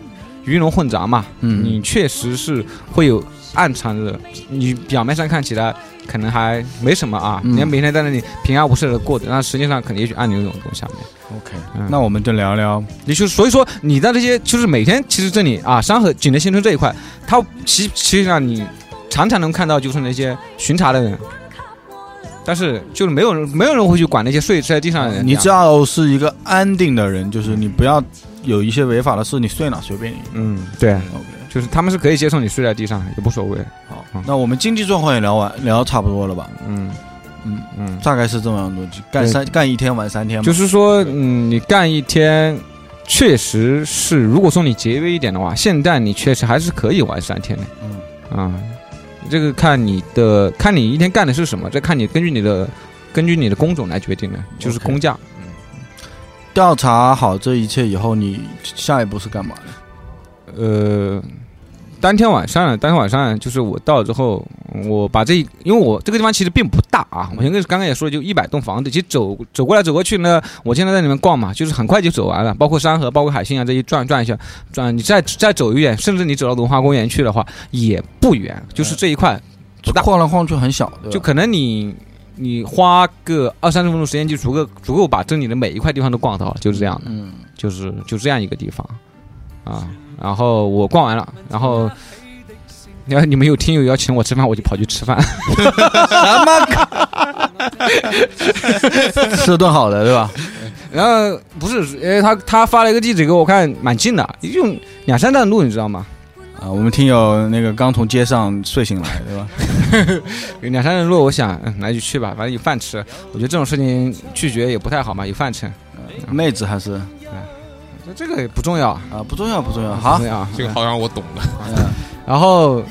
C: 鱼龙混杂嘛，
B: 嗯
C: 你确实是会有暗藏着，你表面上看起来可能还没什么啊，
B: 嗯
C: 你看每天在那里平安无事的过着，那实际上可能也许暗流涌动下面。
B: ，OK，
C: 嗯
B: 那我们就聊聊
C: 你就所以说你在这些就是每天其实这里啊，山河景德新村这一块，它其其实上你常常能看到就是那些巡查的人。但是就是没有人，没有人会去管那些睡在地上的人。
B: 你
C: 这
B: 只
C: 样，
B: 要是一个安定的人，就是你不要有一些违法的事，你睡哪随便你。
C: 嗯，对，
B: OK，
C: 就是他们是可以接受你睡在地上，也无所谓。
B: 好
C: 嗯，
B: 那我们经济状况也聊完，聊差不多了吧？
C: 嗯
B: 嗯，
C: 嗯，
B: 大概是这么样的逻辑，干
C: 对
B: 三干一天玩三天嘛。
C: 就是说，嗯，你干一天，确实是，如果说你节约一点的话，现在你确实还是可以玩三天的。
B: 嗯
C: 啊、这个看你的，看你一天干的是什么，这看你根据你的，根据你的工种来决定的，就是
B: OK
C: 工价。
B: 调查好这一切以后，你下一步是干嘛的？
C: 呃，当天晚上，当天晚上就是我到了之后，我把这一，因为我这个地方其实并不大啊，我先跟刚刚也说了，就一百栋房子，其实走走过来走过去呢，我现在在里面逛嘛，就是很快就走完了，包括山河，包括海信啊这一转转一下，转你再再走一远，甚至你走到文化公园去的话也不远，就是这一块，不大
B: 晃来晃去很小，对吧
C: 就可能你。你花个二三十分钟时间就足够足够把这里的每一块地方都逛到了，就是这样的。
B: 嗯，
C: 就是就这样一个地方啊。然后我逛完了，然后然后你们有听友邀请我吃饭，我就跑去吃饭。
B: 吃顿好的，对吧？
C: 然后不是，呃，他他发了一个地址给我看，蛮近的，也就两三站路，你知道吗？
B: 啊，我们听友那个刚从街上睡醒来，对吧？
C: 有两三站路，我想，嗯，那就去吧，反正有饭吃。我觉得这种事情拒绝也不太好嘛，有饭吃，嗯
B: 妹子还是
C: 这这个也不重要，
B: 啊，不重要，不重要。
C: 不
B: 好嗯
C: 重，要。
D: 这个好像我懂了。
C: 然后，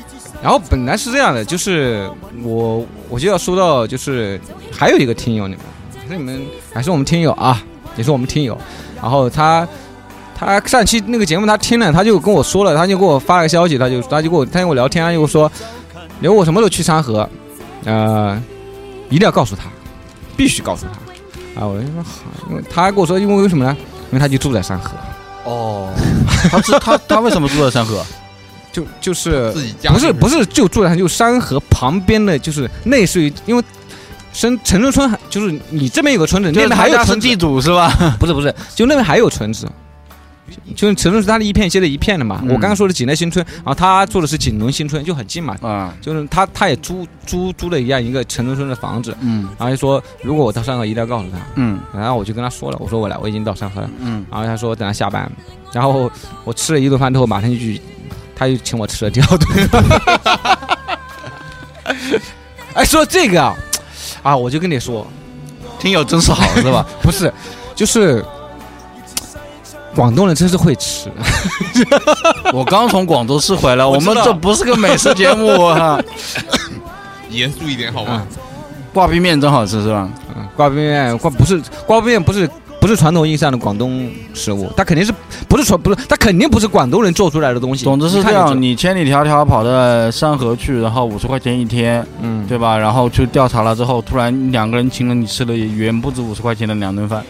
C: 然后本来是这样的，就是我我就要说到，就是还有一个听友你们，还是你们还是我们听友啊，也是我们听友。然后他他上期那个节目他听了，他就跟我说了，他就给我发了个消息，他就他就跟我他就跟我聊天，他就说，以后我什么时候去沙河，呃，一定要告诉他，必须告诉他。啊，我就说好，因为他还跟我说，因为为什么呢？因为他就住在山河，
B: 哦，他知他他为什么住在山 河？
C: 就就是
D: 自己家
C: 不是不
D: 是
C: 是就住在就是山河旁边的，就是类似于因为深城中村就是你这边有个村子，那边还有村子，
B: 主是吧？
C: 不是不是，就那边还有村子，就是城中村它是一片接着一片的嘛。
B: 嗯
C: 我刚刚说的济南新村，然后他做的是锦龙新村，就很近嘛。
B: 啊，
C: 就是他他也租租租了一样一个城中村的房子，
B: 嗯
C: 然后就说如果我到上海一定要告诉他。
B: 嗯
C: 然后我就跟他说了，我说我来，我已经到上海了。
B: 嗯，
C: 然后他说等他下班，然后我吃了一顿饭之后，马上就去，他就请我吃了第二顿 饭。哎，说这个啊，啊，我就跟你说，
B: 听友真是好是吧？
C: 不是，就是广东人真是会吃，
B: 我刚从广州市回来，
C: 我
B: 我
C: 知道
B: 们这不是个美食节目啊！
D: 严肃一点好
C: 啊
D: 吗？
B: 挂壁面真好吃是吧？
C: 嗯挂冰面挂不是挂冰面不是。不是传统意义上的广东食物，它肯定是不是传不是，它肯定不是广东人做出来的东西。
B: 总之是
C: 一
B: 这
C: 看就知道
B: 样，，你千里迢迢跑到山河去，然后五十块钱一天，
C: 嗯，
B: 对吧？然后去调查了之后，突然两个人请了你吃了远不止五十块钱的两顿饭。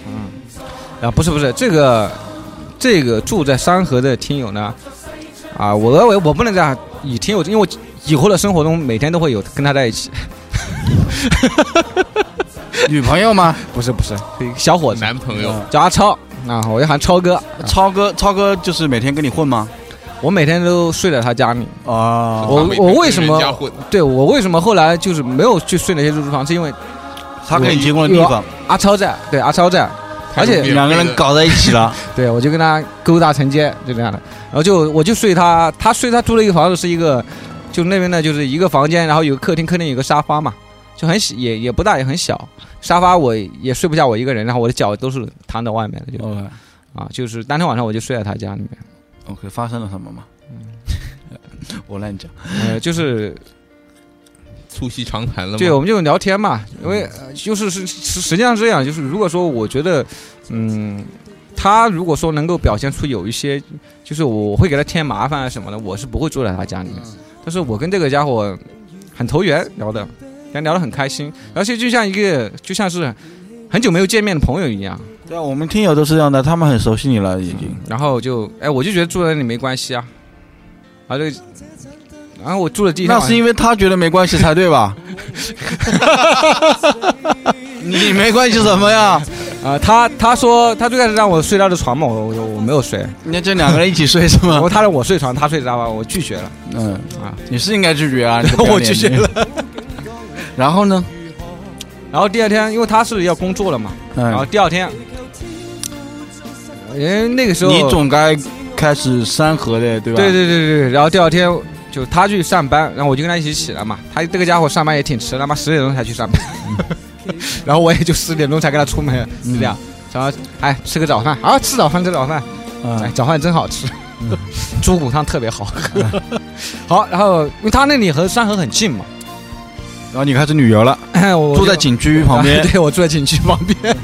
C: 啊，不是不是，这个这个住在山河的听友呢，啊，我我我不能这样以听友，因为我以后的生活中每天都会有跟他在一起，
B: 女朋友吗？
C: 不是不是，小伙子
D: 男朋友
C: 叫阿超啊，我就喊超哥，
B: 超哥，超哥就是每天跟你混吗？
C: 我每天都睡在他家里。
B: 啊
C: 我
D: 他每
C: 我
D: 天
C: 为
D: 跟
C: 什
D: 人
C: 么
D: 家混
C: 对我为什么后来就是没有去睡那些入住房，是因为
B: 他给你提供的地方，
C: 阿超在，对阿超在，而且
B: 两个人搞在一起了。
C: 对我就跟他勾搭成奸，就这样的。然后就我就睡他，他睡他租了一个房子，是一个，就那边呢就是一个房间，然后有个客厅，客厅有个沙发嘛，就很小，也也不大也很小。沙发我也睡不下我一个人，然后我的脚都是摊到外面的，就
B: OK
C: 啊，就是当天晚上我就睡在他家里面，
B: OK，发生了什么吗？ 我乱讲。
C: 呃，就是
D: 促膝长谈了吗？
C: 对，我们就聊天嘛，因为呃就是是实实际上是这样，就是如果说我觉得，嗯，他如果说能够表现出有一些，就是我会给他添麻烦啊什么的，我是不会住在他家里
B: 嗯
C: 面。但是我跟这个家伙很投缘聊的，但聊得很开心，而且就像一个就像是很久没有见面的朋友一样。
B: 对啊，我们听友都是这样的，他们很熟悉你
C: 嗯
B: 了，已经。
C: 然后就哎，我就觉得住在那里没关系啊，然后就，然后我住的地
B: 那是因为他觉得没关系才对 吧？你没关系什么呀？
C: 啊、他他说他最开始让我睡他的床嘛，我我我没有睡。
B: 那这两个人一起睡是
C: 然
B: 吗
C: 后？他让我睡床，他睡沙发，我拒绝了。
B: 嗯
C: 啊，
B: 你是应该拒绝 啊！你
C: 我拒绝
B: 了。然后呢？
C: 然后第二天，因为他是要工作了嘛，然后
B: 嗯，
C: 第二天，因为那个时候，
B: 你总该开始山河的，对吧？
C: 对对对对对，然后第二天就他去上班，然后我就跟他一起起来嘛。他这个家伙上班也挺迟，他妈十点钟才去上班，
B: 嗯
C: 然后我也就十点钟才跟他出门，是这样。然后哎，吃个早饭啊，吃早饭吃早饭，哎，
B: 嗯，
C: 早饭真好吃， 猪骨汤特别好 喝。好，然后因为他那里和山河很近嘛，
B: 然后你开始旅游了，
C: 我
B: 住
C: 就
B: 在景区旁边。
C: 对我住在景区旁边，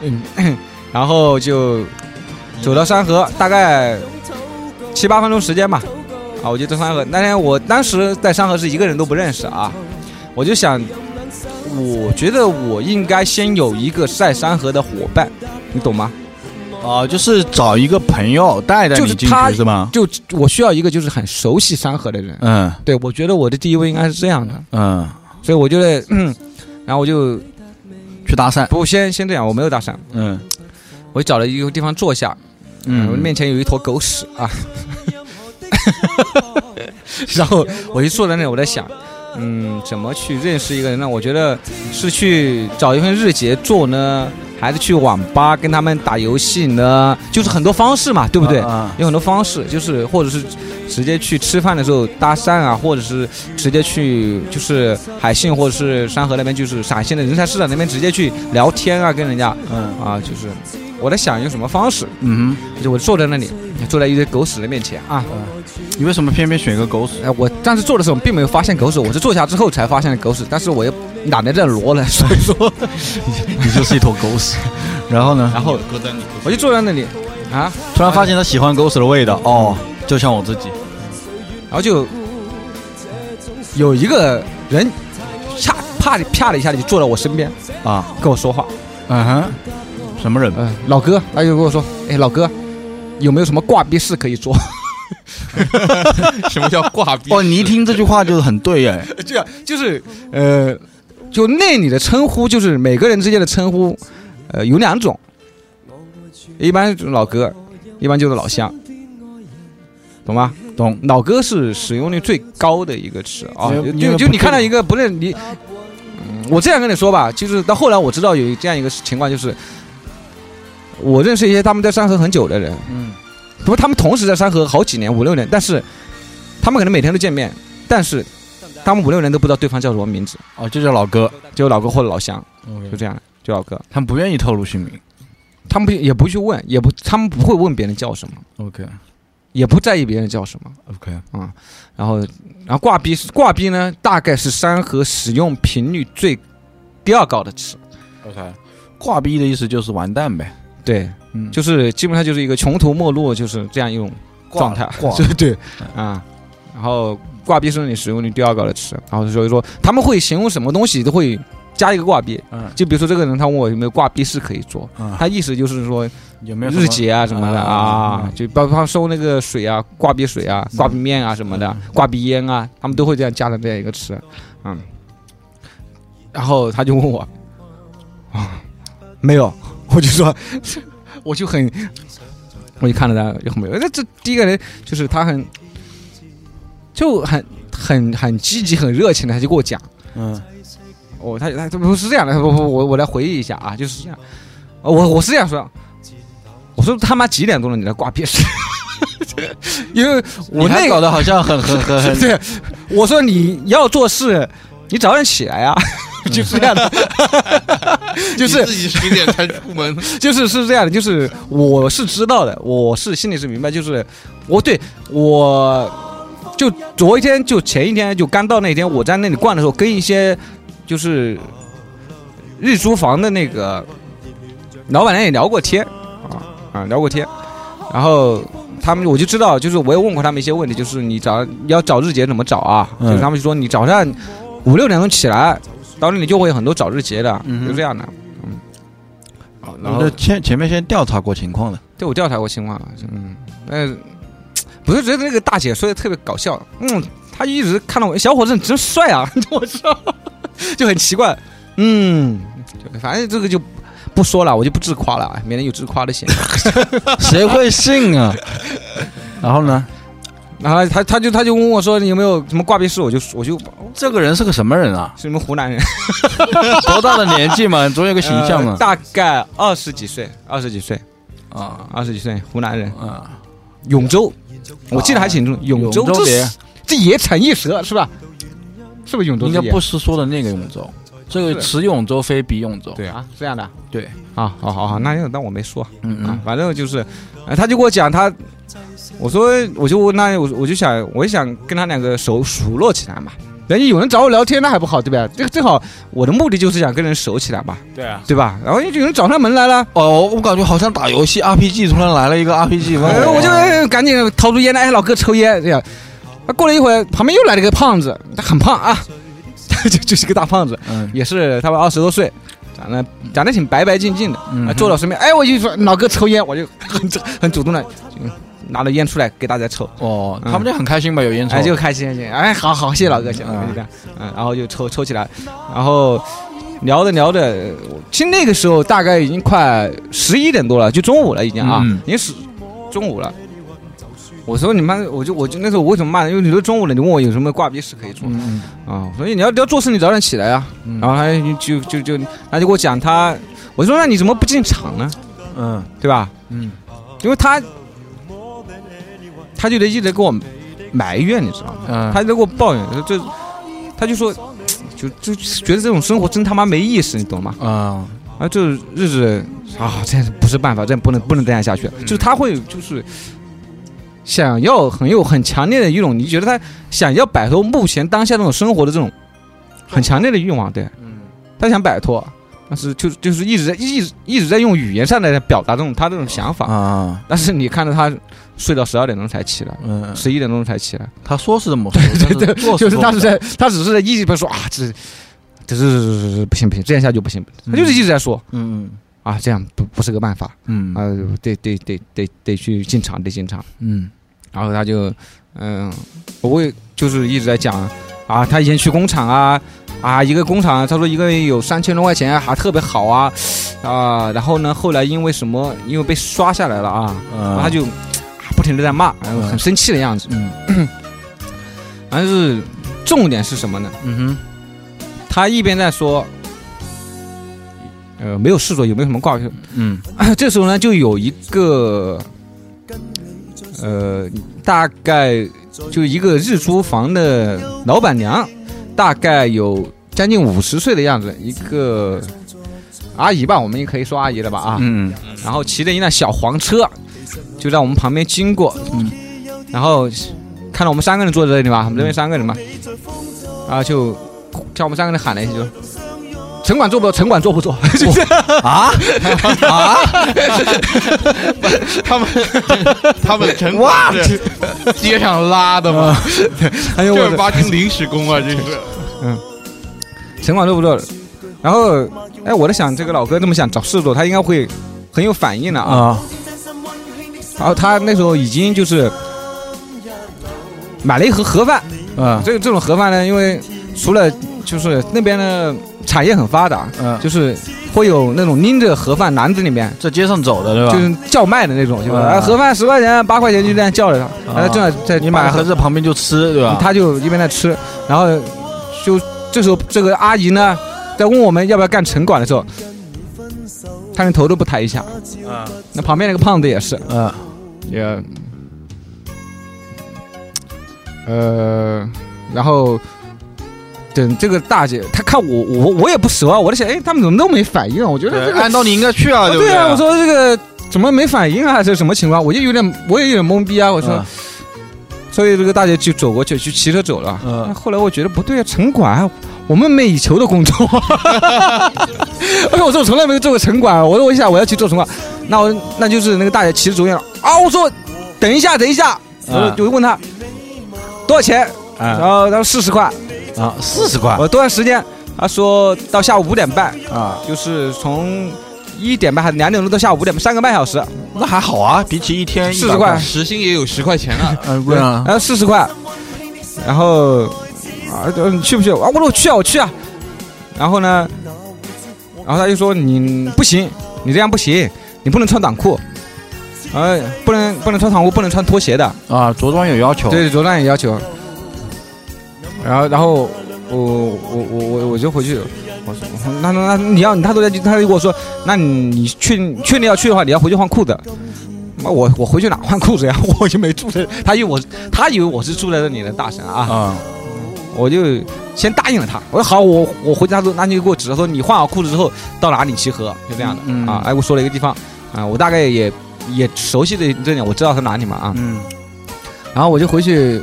C: 嗯， 然后就走到山河，大概七八分钟时间吧，啊，我就到山河。那天我当时在山河是一个人都不认识啊，我就想，我觉得我应该先有一个在山河的伙伴，你懂吗？
B: 哦，就是找一个朋友带带
C: 就
B: 你
C: 是
B: 进
C: 他
B: 去是吗？
C: 就我需要一个就是很熟悉山河的人。
B: 嗯
C: 对，我觉得我的第一位应该是这样的，
B: 嗯，
C: 所以我觉得，嗯，然后我就
B: 去搭讪。
C: 不先先这样，我没有搭讪，
B: 嗯
C: 我就找了一个地方坐下，嗯，我面前有一坨狗屎啊，然后我就坐在那里，我在想，嗯，怎么去认识一个人呢？我觉得是去找一份日结做呢，还是去网吧跟他们打游戏呢？就是很多方式嘛，对不对？
B: 啊
C: 有很多方式，就是或者是直接去吃饭的时候搭讪啊，或者是直接去就是海信或者是山河那边，就是陕西的人才市场那边直接去聊天啊，跟人家
B: 嗯
C: 啊，就是我在想用什么方式。
B: 嗯
C: 就我坐在那里，坐在一堆狗屎的面前啊！
B: 哼，你为什么偏偏选个狗屎？
C: 哎，我当时坐的时候并没有发现狗屎，我是坐下之后才发现的狗屎，但是我又懒得再挪了，所 以说，
B: 你就是一坨狗屎。然后呢？
C: 然后
D: 搁在你
C: 我就坐在那里，啊，
B: 突然发现他喜欢狗屎的味道，哦，就像我自己，
C: 然后就有一个人啪啪的啪的一下就坐到我身边
B: 啊，
C: 跟我说话，
B: 嗯哼，什么人？
C: 嗯、老哥，他就跟我说，哎，老哥，有没有什么挂逼事可以做？
D: 什么叫挂逼？
B: 哦，你一听这句话就是很对哎，
C: 这样就是呃，就那里的称呼，就是每个人之间的称呼，呃，有两种，一般就是老哥，一般就是老乡，懂吗？
B: 懂？
C: 老哥是使用率最高的一个词啊，
B: 因为因
C: 就
B: 为
C: 就
B: 不
C: 你看到一个不是你，嗯我这样跟你说吧，就是到后来我知道有这样一个情况，就是我认识一些他们在山河很久的人，
B: 嗯，
C: 不，他们同时在山河好几年，五六年，但是他们可能每天都见面，但是他们五六年都不知道对方叫什么名字，
B: 哦，就叫老哥，
C: 就老哥或者老乡，就这样的，就老哥，
B: 他们不愿意透露姓名
C: 他们不也不去问，也不他们不会问别人叫什么，
B: ，OK
C: 也不在意别人叫什么。啊
B: OK，
C: 然后，然后挂逼是挂逼呢，大概是山河使用频率最第二高的词。
B: OK，挂逼的意思就是完蛋呗，
C: 对，
B: 嗯，
C: 就是基本上就是一个穷途末路，就是这样一种状态。
B: 挂 嗯
C: 对对啊，然后挂逼是你使用率第二高的词。然后所以说他们会形容什么东西都会加一个挂逼。
B: 嗯
C: 就比如说这个人，他问我有没有挂逼事可以做，
B: 嗯，
C: 他意思就是说
B: 有没有
C: 日结啊什么的啊
B: 嗯，
C: 就包括他收那个水啊、挂壁水啊、挂壁面啊什么的、挂壁烟啊，他们都会这样加上这样一个词，嗯。然后他就问我，啊， 没有，我就说， 我就很，我就看着他就很没有。那这第一个人就是他很，就很很很积极、很热情的，他就跟我讲。
B: 嗯
C: 哦，他他他不是这样的，不不，我我来回忆一下啊，就是这样，哦我我是这样说，我说他妈几点钟了，你来挂屁事？ 因为我
B: 你还
C: 那
B: 搞
C: 个
B: 得好像很很很 很
C: 对，我说你要做事，你早点起来啊， 就是这样的， 就
D: 你
C: 是
D: 自己十点才出 门，
C: 就是是这样的，就是我是知道的，我是心里是明白，就是我对我就昨天就前一天就刚到那天，我在那里逛的时候，跟一些就是日租房的那个老板娘也聊过天啊啊聊过天，然后。他们我就知道，就是我也问过他们一些问题，就是你早要找日结怎么找啊？
B: 嗯
C: 就是他们说你早上五六点钟起来，到那里就会有很多找日结的，
B: 嗯哼嗯
C: 就这样的。嗯，好然后
B: 那前前面先调查过情况的，
C: 对我调查过情况，嗯，呃，不是觉得那个大姐说的特别搞笑，嗯，她一直看到我，哎小伙子你真帅啊， 我知道，就很奇怪，嗯，就反正这个就不说了，我就不自夸了，哎免得有自夸的嫌疑。
B: 谁会信 啊？然后呢，
C: 然后她她就她就问我说你有没有什么挂壁事，我就我就
B: 这个人是个什么人啊？
C: 是你们湖南人，
B: 多大的年纪嘛，总有个形象
C: 呃
B: 嘛。
C: 大概二十几岁，二十几岁，
B: 啊
C: 二十几岁，湖南人，
B: 啊，
C: 永州，我记得还挺清楚，永州
B: 永州
C: 这
B: 别
C: 这也产一蛇是吧？是不是永州
B: 应
C: 之
B: 该
C: 野？
B: 不是说的那个永州，这个此永州非彼永州。
C: 对啊，这样的啊
B: 对，
C: 啊，好好好，那就当我没说
B: 嗯
C: 啊
B: 嗯，，
C: 反正就是，呃他就给我讲他，我说我就问那我我就想我就想跟他两个熟熟络起来嘛，人家有人找我聊天那还不好对吧？这个正好我的目的就是想跟人熟起来嘛，
B: 对啊。
C: 对吧？然后有人找上门来了，
B: 哦，我感觉好像打游戏 RPG，突然来了一个 RPG，问
C: 哎，我就
B: 哎
C: 哎赶紧掏出烟来，哎，老哥抽烟这样。啊过了一会儿，旁边又来了一个胖子，他很胖啊， 就就是个大胖子，
B: 嗯
C: 也是他们二十多岁，长得长得挺白白净净的。啊，
B: 嗯，
C: 坐到身边，哎，我就说老哥抽烟，我就很主很主动的拿了烟出来给大家抽，
B: 哦，
C: 嗯
B: 他们就很开心吧，有烟抽
C: 哎，就开心开心，哎，好好，谢谢老哥，谢谢老哥，
B: 嗯
C: 就这样，嗯，然后就抽抽起来，然后聊着聊着，我其实那个时候大概已经快十一点多了，就中午了已经啊，
B: 嗯
C: 已经是中午了。我说你妈，我就我就那时候我为什么骂呢？因为你都中午了，你问我有什么挂逼事可以做啊、
B: 嗯
C: 所以你要你要做事，你早点起来啊。
B: 嗯
C: 然后他就就就他就给我讲他，我说那你怎么不进厂呢？
B: 嗯
C: 对吧？
B: 嗯
C: 因为他他就得一直给我埋怨，你知道吗？
B: 嗯，
C: 他就给我抱怨，说这他就说，就就觉得这种生活真他妈没意思，你懂吗？
B: 啊
C: 啊，这日子啊，这样不是办法，这样不能不能这样下去。
B: 嗯
C: 就是他会就是想要很有很强烈的一种，你觉得他想要摆
B: 嗯
C: 脱目前当下这种生活的这种很强烈的欲望，对，他想摆脱，但是就就是一直在一直一直在用语言上来表达这种他这种想法，
B: 啊，
C: 但是你看到他睡到十二点钟才起来，
B: 嗯，
C: 十一点钟才起来，
B: 他说是这么说，对
C: 就是他是在他只是在一直在说啊，这这这不行不行，这样下去不行，他就是一直在说
B: 嗯
C: 啊，这样不不是个办法
B: 嗯
C: 啊，得得得得得去进厂得进厂，
B: 嗯
C: 然后他就嗯，我也就是一直在讲啊，他以前去工厂啊啊，一个工厂他说一个月有三千多块钱还、特别好啊啊，然后呢后来因为什么因为被刷下来了啊，然
B: 嗯，
C: 后他就。啊不停的在骂，然后很生气的样子。
B: 嗯
C: 但是重点是什么呢？
B: 嗯
C: 他一边在说，呃，没有事做，有没有什么挂？
B: 哼嗯
C: 这时候呢，就有一个，呃，大概就一个日租房的老板娘，大概有将近五十岁的样子，一个阿姨吧，我们也可以说阿姨了吧啊。
B: 嗯
C: 然后骑着一辆小黄车，就在我们旁边经过，
B: 嗯
C: 然后看到我们三个人坐在这里嘛，我们这边三个人嘛，然后就叫我们三个人喊了一句，城管做不做？城管做不做？就是
B: 啊啊，
D: 他们 他们城管是街上拉的吗？
C: 哎呦
D: 正
C: 我
D: 儿
C: 的
D: 八经临时工啊，这是。
C: 城管做不做？然后哎，我在想这个老哥这么想找事做，他应该会很有反应的啊。
B: 啊
C: 然后他那时候已经就是买了一盒盒饭，
B: 嗯
C: 啊这个这种盒饭呢，因为除了就是那边的产业很发达，
B: 嗯，
C: 就是会有那种拎着盒饭篮子里面。
B: 在街上走的对吧？
C: 就是叫卖的那种，就是
B: 啊
C: 哎盒饭十块钱、八块钱就这样叫着他，然后正好在
B: 嗯你买盒
C: 子，
B: 子旁边就吃对吧？
C: 他就一边在吃，然后就这时候这个阿姨呢，在问我们要不要干城管的时候，他连头都不抬一下。
B: 啊
C: 那旁边那个胖子也是，
B: 嗯
C: 也，呃，然后等这个大姐，她看我，我我也不熟啊，我在想，哎，他们怎么都没反应啊？我觉得这
B: 对，
C: 个
B: 按道理应该去啊，
C: 啊
B: 不
C: 对
B: 对
C: 啊，我说这个怎么没反应啊？这什么情况？我就有点，我也有点懵逼啊。我
B: 我
C: 说，所以这个大姐就走过去，就骑车走了。哎
B: 嗯
C: 后来我觉得不对啊，城管，我梦寐以求的工作。 哎呦，我说我从来没有做过城管，我说我一想我要去做城管，那我那就是那个大姐骑着走远了啊。我说等一下，等一下，我说
B: 嗯
C: 就问他多少钱，然
B: 啊
C: 后他说四十块，
B: 啊四十块
C: 我说多长时间？他说到下午五点半，
B: 啊，
C: 就是从一点半还是两点钟到下午五点半，三个半小时。
B: 那还好啊，比起一天
C: 40块
B: 100
D: 时薪也有十块钱啊，
B: 嗯对啊
C: 然后哎四十块，然后啊，呃你去不去？啊，我说我去啊，我去啊。然后呢，然后他就说你不行，你这样不行，你不能穿短裤，呃，不能不能穿短裤，不能穿拖鞋的。
B: 啊，着装有要求，
C: 对，着装也要求。然后，然后我我我我我就回去，我说那那那你要他都在他就跟我说，那你你确定确定要去的话，你要回去换裤子。那我我回去哪换裤子呀？ 我又没住在，他以为我他以为我是住在这里的大神啊，
B: 啊
C: 我就先答应了他。我说好，我我回去，他说那你就给我指，他说你换好裤子之后到哪里集合，就这样的、
B: 嗯
C: 啊。哎，我说了一个地方啊，我大概也也熟悉的这点，我知道是哪里嘛啊。
B: 嗯
C: 然后我就回去，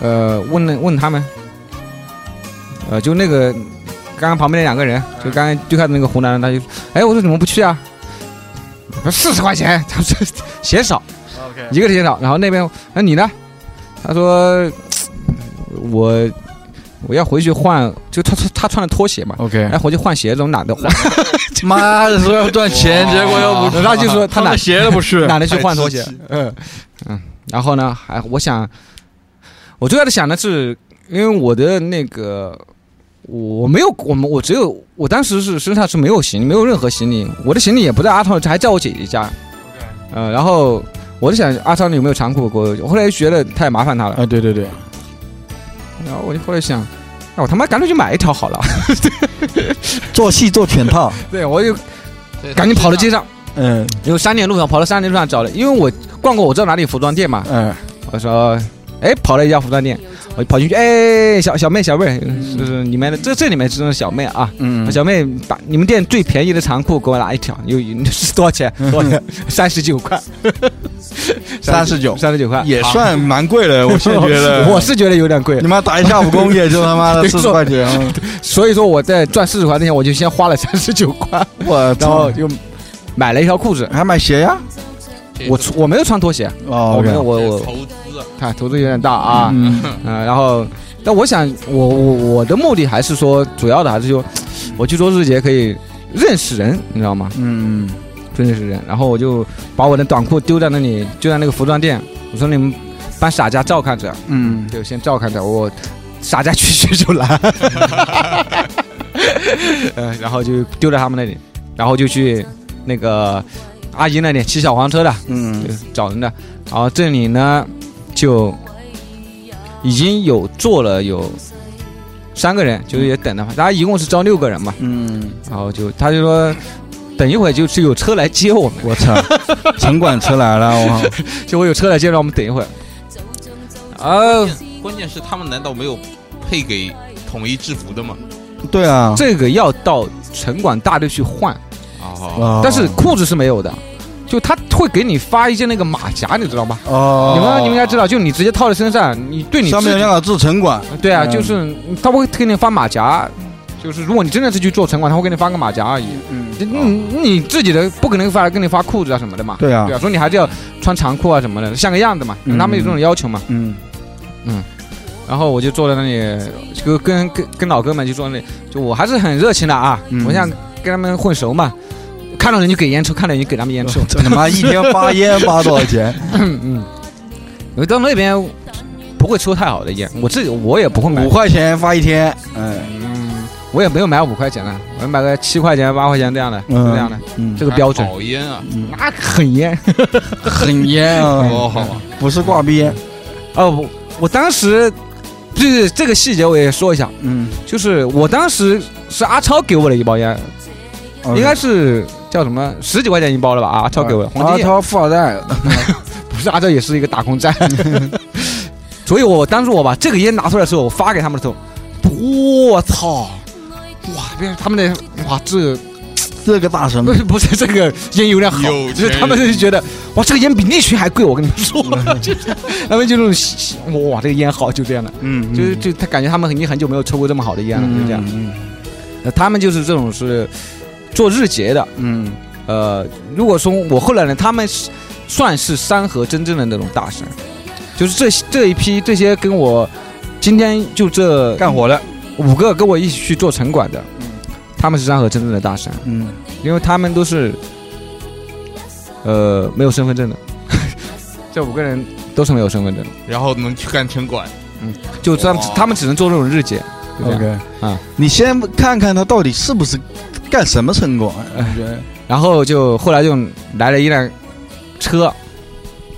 C: 呃，问了问他们，呃，就那个刚刚旁边那两个人，就刚刚最开始那个湖南人，他就，哎，我说怎么不去啊？四十块钱， 他说嫌少，
B: ，OK，
C: 一个嫌少。然后那边，那、你呢？他说我我要回去换，就他他他穿的拖鞋嘛，
B: OK，
C: 哎，回去换鞋子，我懒得换，
B: 妈的说要赚钱，
D: 哇
B: 结果又不
C: 他就说他懒
B: 穿鞋都不去
C: 懒得去换拖鞋。嗯嗯，然后呢，还我想，我最开始想的是，因为我的那个我没有，我们我只有我当时是身上是没有行李，没有任何行李，我的行李也不在阿超，还在我姐姐家。呃，然后我就想阿超你有没有长裤给我？我后来又觉得太麻烦他了，
B: 啊，对对对，
C: 然后我就后来想，那我他妈干脆去买一条好了。
G: 做戏做全套，
C: 对，我就
D: 对
C: 赶紧跑到街上，
B: 嗯
C: 有商店路上跑到商店路上找了，因为我逛过，我知道哪里有服装店嘛，
B: 嗯
C: 我说，哎，跑了一家服装店，我就跑进去，哎，小小妹小妹，就是你们的这这里面这种小妹啊，
B: 嗯
C: 小妹把你们店最便宜的长裤给我拿一条，有有是多少钱？多少钱？三十九块，
B: 嗯 三十九
C: 三十九块，
B: 也算蛮贵了，我现在觉 得。
C: 我是觉得有点贵
B: 你，妈打一下午工也就他 妈的
C: 没
B: 四
C: 错
B: 十块钱，
C: 所以说我在赚四十块那天，我就先花了三十九块，
B: 我
C: 然
B: 操
C: 后！就买了一条裤子。
B: 还买鞋呀？
D: 这
C: 我
D: 这
C: 我没有穿拖鞋，
B: 哦
C: 我没有，
B: ，OK，
C: 我
D: 这
C: 呃我
D: 投资啊，
C: 看投资有点大啊，
B: 嗯，
C: 嗯，然后，但我想，我我我的目的还是说，主要的还是就，我去做日结可以认识人，你知道吗？
B: 嗯，
C: 认识人，然后我就把我的短裤丢在那里，丢在那个服装店，我说你们帮傻家照看着，
B: 嗯，
C: 就先照看着我，傻家去 去就来，呃，然后就丢在他们那里，然后就去那个阿姨那里骑小黄车的，
B: 嗯
C: 就，找人的。然后这里呢，就已经有做了有三个人，就是也等的嘛，大家一共是招六个人嘛。
B: 嗯，
C: 然后就他就说，等一会儿就是有车来接我们，
B: 我操， 城管车来了，我
C: 就会有车来接，让我们等一会儿。啊，
D: 关键是他们难道没有配给统一制服的吗？
B: 对啊，
C: 这个要到城管大队去换，
D: 啊，
B: 哦
C: 但是裤子是没有的，就他会给你发一件那个马甲，你知道吗？
B: 哦，
C: 你们你们应该知道，就你直接套在身上，你对你
B: 上
C: 自己
B: 面有两个字城管，
C: 对啊，
B: 嗯
C: 就是他会给你发马甲，就是如果你真的是去做城管，他会给你发个马甲而已。
B: 嗯，
C: 你你你自己的不可能发给你发裤子啊什么的嘛。
B: 对啊
C: 对，啊，所以你还是要穿长裤啊什么的，像个样子嘛。
B: 嗯
C: 他们有这种要求嘛。
B: 嗯，
C: 然后我就坐在那里，就跟跟跟老哥们就坐那里，就我还是很热情的啊，
B: 嗯
C: 我想跟他们混熟嘛。看到人就给烟抽，看到人就给他们烟抽。
B: 这他妈一天发烟发多少钱？
C: 嗯嗯，我到那边不会抽太好的烟，我自己我也不会 买
B: 五块钱发一天，嗯
C: 嗯，我也没有买五块钱的，我买个七块钱、八块钱这样的，
B: 嗯
C: 这样的，
B: 嗯，
C: 这个标准。嗯
D: 讨厌啊！
C: 那很烟
B: 很烟啊，
D: 哦，
B: 不是挂逼烟，
C: 哦！我我当时就是这个细节我也说一下，
B: 嗯，
C: 就是我当时是阿超给我的一包烟，应
B: 哦
C: 该是叫什么十几块钱一包了吧？啊阿超给我的，
B: 嗯
C: 黄
B: 阿
C: 金叶
B: 超富二代，
C: 不是阿超也是一个打工仔， 所以我当时我把这个烟拿出来的时候，我发给他们的时候，我操！哇，别他们的哇，这
B: 这个大神
C: 不，是不是这个烟油量好，
D: 有
C: 就是
D: 钱
C: 他们就觉得哇，这个烟比那群还贵，我跟你们 说， 就是他们就那种哇，这个烟好，就这样的，
B: 嗯
C: 就是就他感觉他们已经很久没有抽过这么好的烟了，就这样。
B: 嗯
C: 那他们就是这种是做日结的，
B: 嗯，
C: 呃，如果说我后来呢，他们是算是山河真正的那种大神，就是这这一批这些跟我今天就这
B: 干活的，
C: 五个跟我一起去做城管的，他们是山河真正的大神。
B: 嗯，
C: 因为他们都是，呃，没有身份证的，这五个人都是没有身份证的，
D: 然后能去干城管，
C: 就他们
D: 哇
C: 他们只能做这种日结，就这
B: 哦
C: 样
B: OK
C: 啊，
B: 你先看看他到底是不是干什么城管？
C: 哎然后就后来就来了一辆车，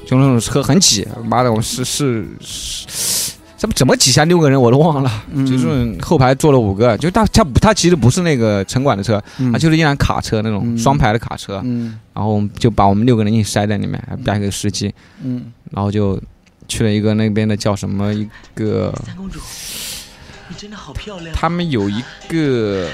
C: 就那种车很挤，妈的，我是是是，怎么怎么挤下六个人我都忘了，
B: 嗯
C: 就是后排坐了五个，就他他他其实不是那个城管的车，
B: 嗯
C: 他就是一辆卡车那种
B: 嗯
C: 双排的卡车，
B: 嗯
C: 然后我们就把我们六个人硬塞在里面，还加一个司机，
B: 嗯，
C: 然后就去了一个那边的叫什么一个，
H: 三公主，你真的好漂亮。哎
C: 他们有一个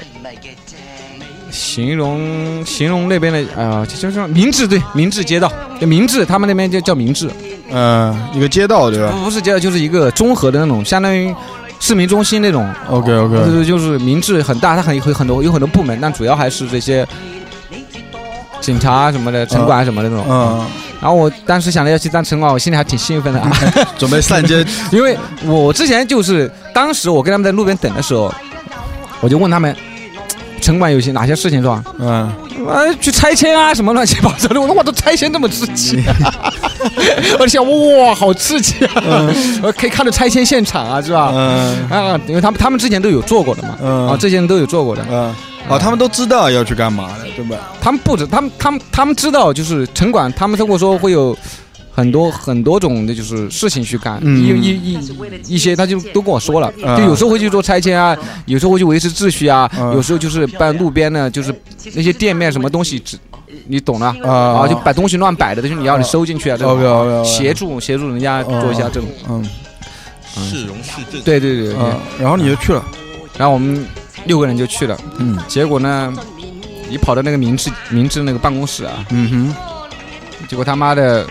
C: 形容形容那边的啊、呃，就叫明治对明治街道，就明治，他们那边就叫明治，
B: 呃，一个街道对吧
C: 不不是街道，就是一个综合的那种，相当于市民中心那种，
B: ？OK
C: 就
B: OK，
C: 是就是明治很大，它很有很多有很多部门，但主要还是这些警察什么的、城管什么的那种。
B: 嗯，
C: 然后我当时想着要去当城管，我心里还挺兴奋的啊。
B: 准备上 街，
C: 因为我之前就是当时我跟他们在路边等的时候，我就问他们。城管有些哪些事情是吧？
B: 嗯，
C: 啊，去拆迁啊，什么乱七八糟的。我说哇，都拆迁这么刺激、啊， 我就想哇，好刺激啊！ 我可以看到拆迁现场啊，是吧？
B: 嗯
C: 啊，因为他们他们之前都有做过的嘛，
B: 嗯
C: 啊，这些人都有做过的。
B: 嗯，哦，他们都知道要去干嘛的，对吧？
C: 他们不止，他们他们他们知道，就是城管，他们跟我说会有很多很多种的，就是事情去干，
B: 嗯
C: 一一一一些，他就都跟我说了，
B: 嗯
C: 就有时候会去做拆迁啊，有时候会去维持秩序啊，
B: 嗯
C: 有时候就是搬路边呢，就是那些店面什么东西，只你懂的。
B: 啊
C: 啊，就摆东西
B: 嗯
C: 乱摆的，就是你要你收进去啊，这种
B: OK，OK，OK
C: 协助协助人家做一下这种，
B: 嗯，
D: 市容市政，
C: 对对对对，
B: 啊，然后你就去了，
C: 然后我们六个人就去了，
B: 嗯
C: 结果呢，你跑到那个明治明治那个办公室啊，
B: 嗯
C: 结果他妈的，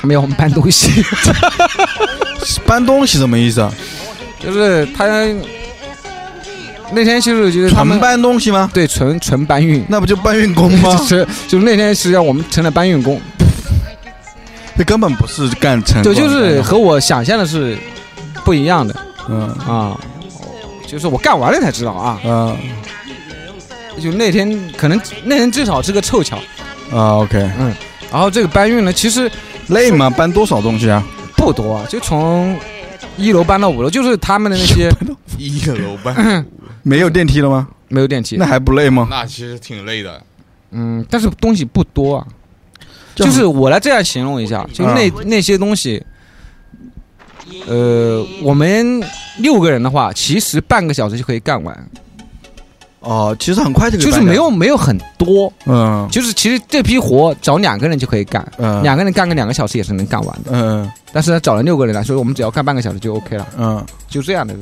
C: 他们要我们搬东西，
B: 哼，搬东西什么意思啊？
C: 就是他那天其实我觉得他们
B: 纯搬东西吗？
C: 对纯纯搬运，？
B: 那不就搬运工吗
C: 是 就是那天实际上我们成了搬运工，
B: 这根本不是干城管的，
C: 对，就是和我想象的是不一样的
B: 嗯
C: 啊。就是我干完了才知道啊，
B: 啊
C: 就那天可能那天至少是个凑巧，
B: 啊，OK，
C: 然后这个搬运呢，其实
B: 累吗？搬多少东西啊？
C: 不多，就从一楼搬到五楼，就是他们的那些
D: 一楼 半，
B: 没有电梯了吗？
C: 没有电梯
B: 那，还不累吗？
D: 那其实挺累的。
C: 嗯，但是东西不多啊。就是我来这样形容一
B: 嗯
C: 下，就那、那些东西，呃，我们六个人的话，其实半个小时就可以干完，
B: 哦，其实很快就可以
C: 就是
B: 搬掉
C: 没有没有很多，
B: 嗯
C: 就是其实这批活找两个人就可以干，
B: 嗯
C: 两个人干个两个小时也是能干完的。
B: 嗯
C: 但是呢，找了六个人来，所以我们只要干半个小时就 OK 了，
B: 嗯，
C: 就这样的。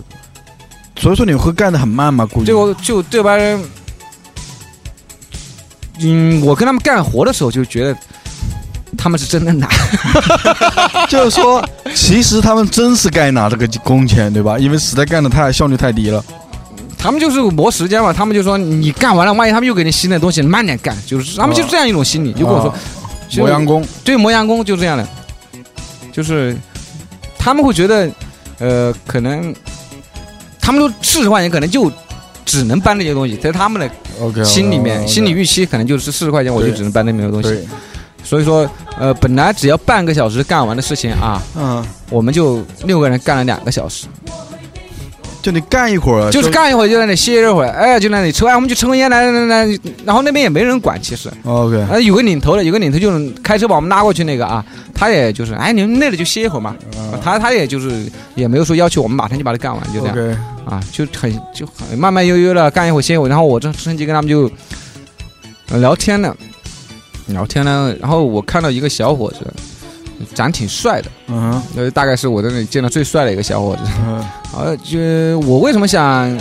B: 所以说你会干的很慢吗？ 估计
C: 结果就这帮人，嗯，我跟他们干活的时候就觉得他们是真的难，
B: 就是说，其实他们真是该拿这个工钱，对吧？因为实在干的太效率太低了。
C: 他们就是磨时间嘛，他们就说你干完了，万一他们又给你新的东西，你慢点干，就是他们就是这样一种心理，就跟我说
B: 啊，磨洋工，
C: 对磨洋工就这样的，就是他们会觉得，呃，可能他们都四十块钱，可能就只能搬这些东西，在他们的
B: OK，
C: 心里面，心理预期可能就是四十块钱，我就
B: 对
C: 只能搬那么多东西。
B: 对，
C: 所以说，呃，本来只要半个小时干完的事情啊，
B: 嗯，
C: 我们就六个人干了两个小时，
B: 就你干一会儿，
C: 就是干一会儿就在那里歇一会儿，哎，就在那里抽，哎，我们去抽根烟来来来来，然后那边也没人管，其实，
B: OK，
C: 啊，有个领头的，有个领头就是开车把我们拉过去那个啊，他也就是，哎，你们累了就歇一会儿嘛，他他也就是也没有说要求我们马上就把它干完，就这样
B: OK，
C: 啊，就很就很慢慢悠悠的干一会儿歇一会儿，然后我这直升机跟他们就呃聊天呢，聊天呢，然后我看到一个小伙子，长挺帅的，
B: 嗯哼
C: 呃，大概是我在那里见到最帅的一个小伙子，
B: 嗯，
C: 啊，就我为什么想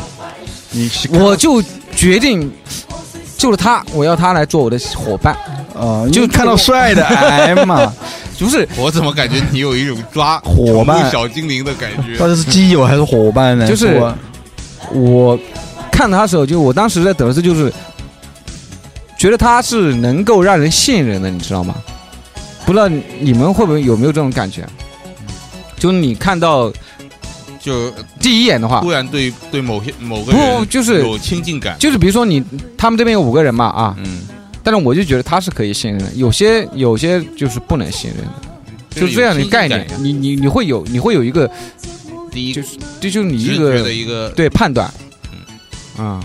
B: 你是
C: 我就决定就是他，我要他来做我的伙伴，
B: 啊，就
C: 就
B: 看到帅 的，哎呀妈，
C: 不是
D: 我怎么感觉你有一种抓
B: 伙伴
D: 宠物小精灵的感 觉
B: 到？底是基友还是伙伴呢？
C: 就是
B: 吧
C: 我看他的时候，就我当时在等的时候，就是觉得他是能够让人信任的，你知道吗？不知道你们会不会有没有这种感觉？就是你看到
D: 就呃
C: 第一眼的话
D: 突，然对对某些某个
C: 不
D: 人
C: 就是
D: 有亲近感。
C: 就是比如说你他们这边有五个人嘛啊，
D: 嗯，
C: 但是我就觉得他是可以信任的，有些有些就是不能信任的，就这样的概念，你你你会有你会有一个
D: 第一
C: 就是这就是你
D: 直
C: 一
D: 觉
C: 个
D: 的一 个
C: 对判断，啊、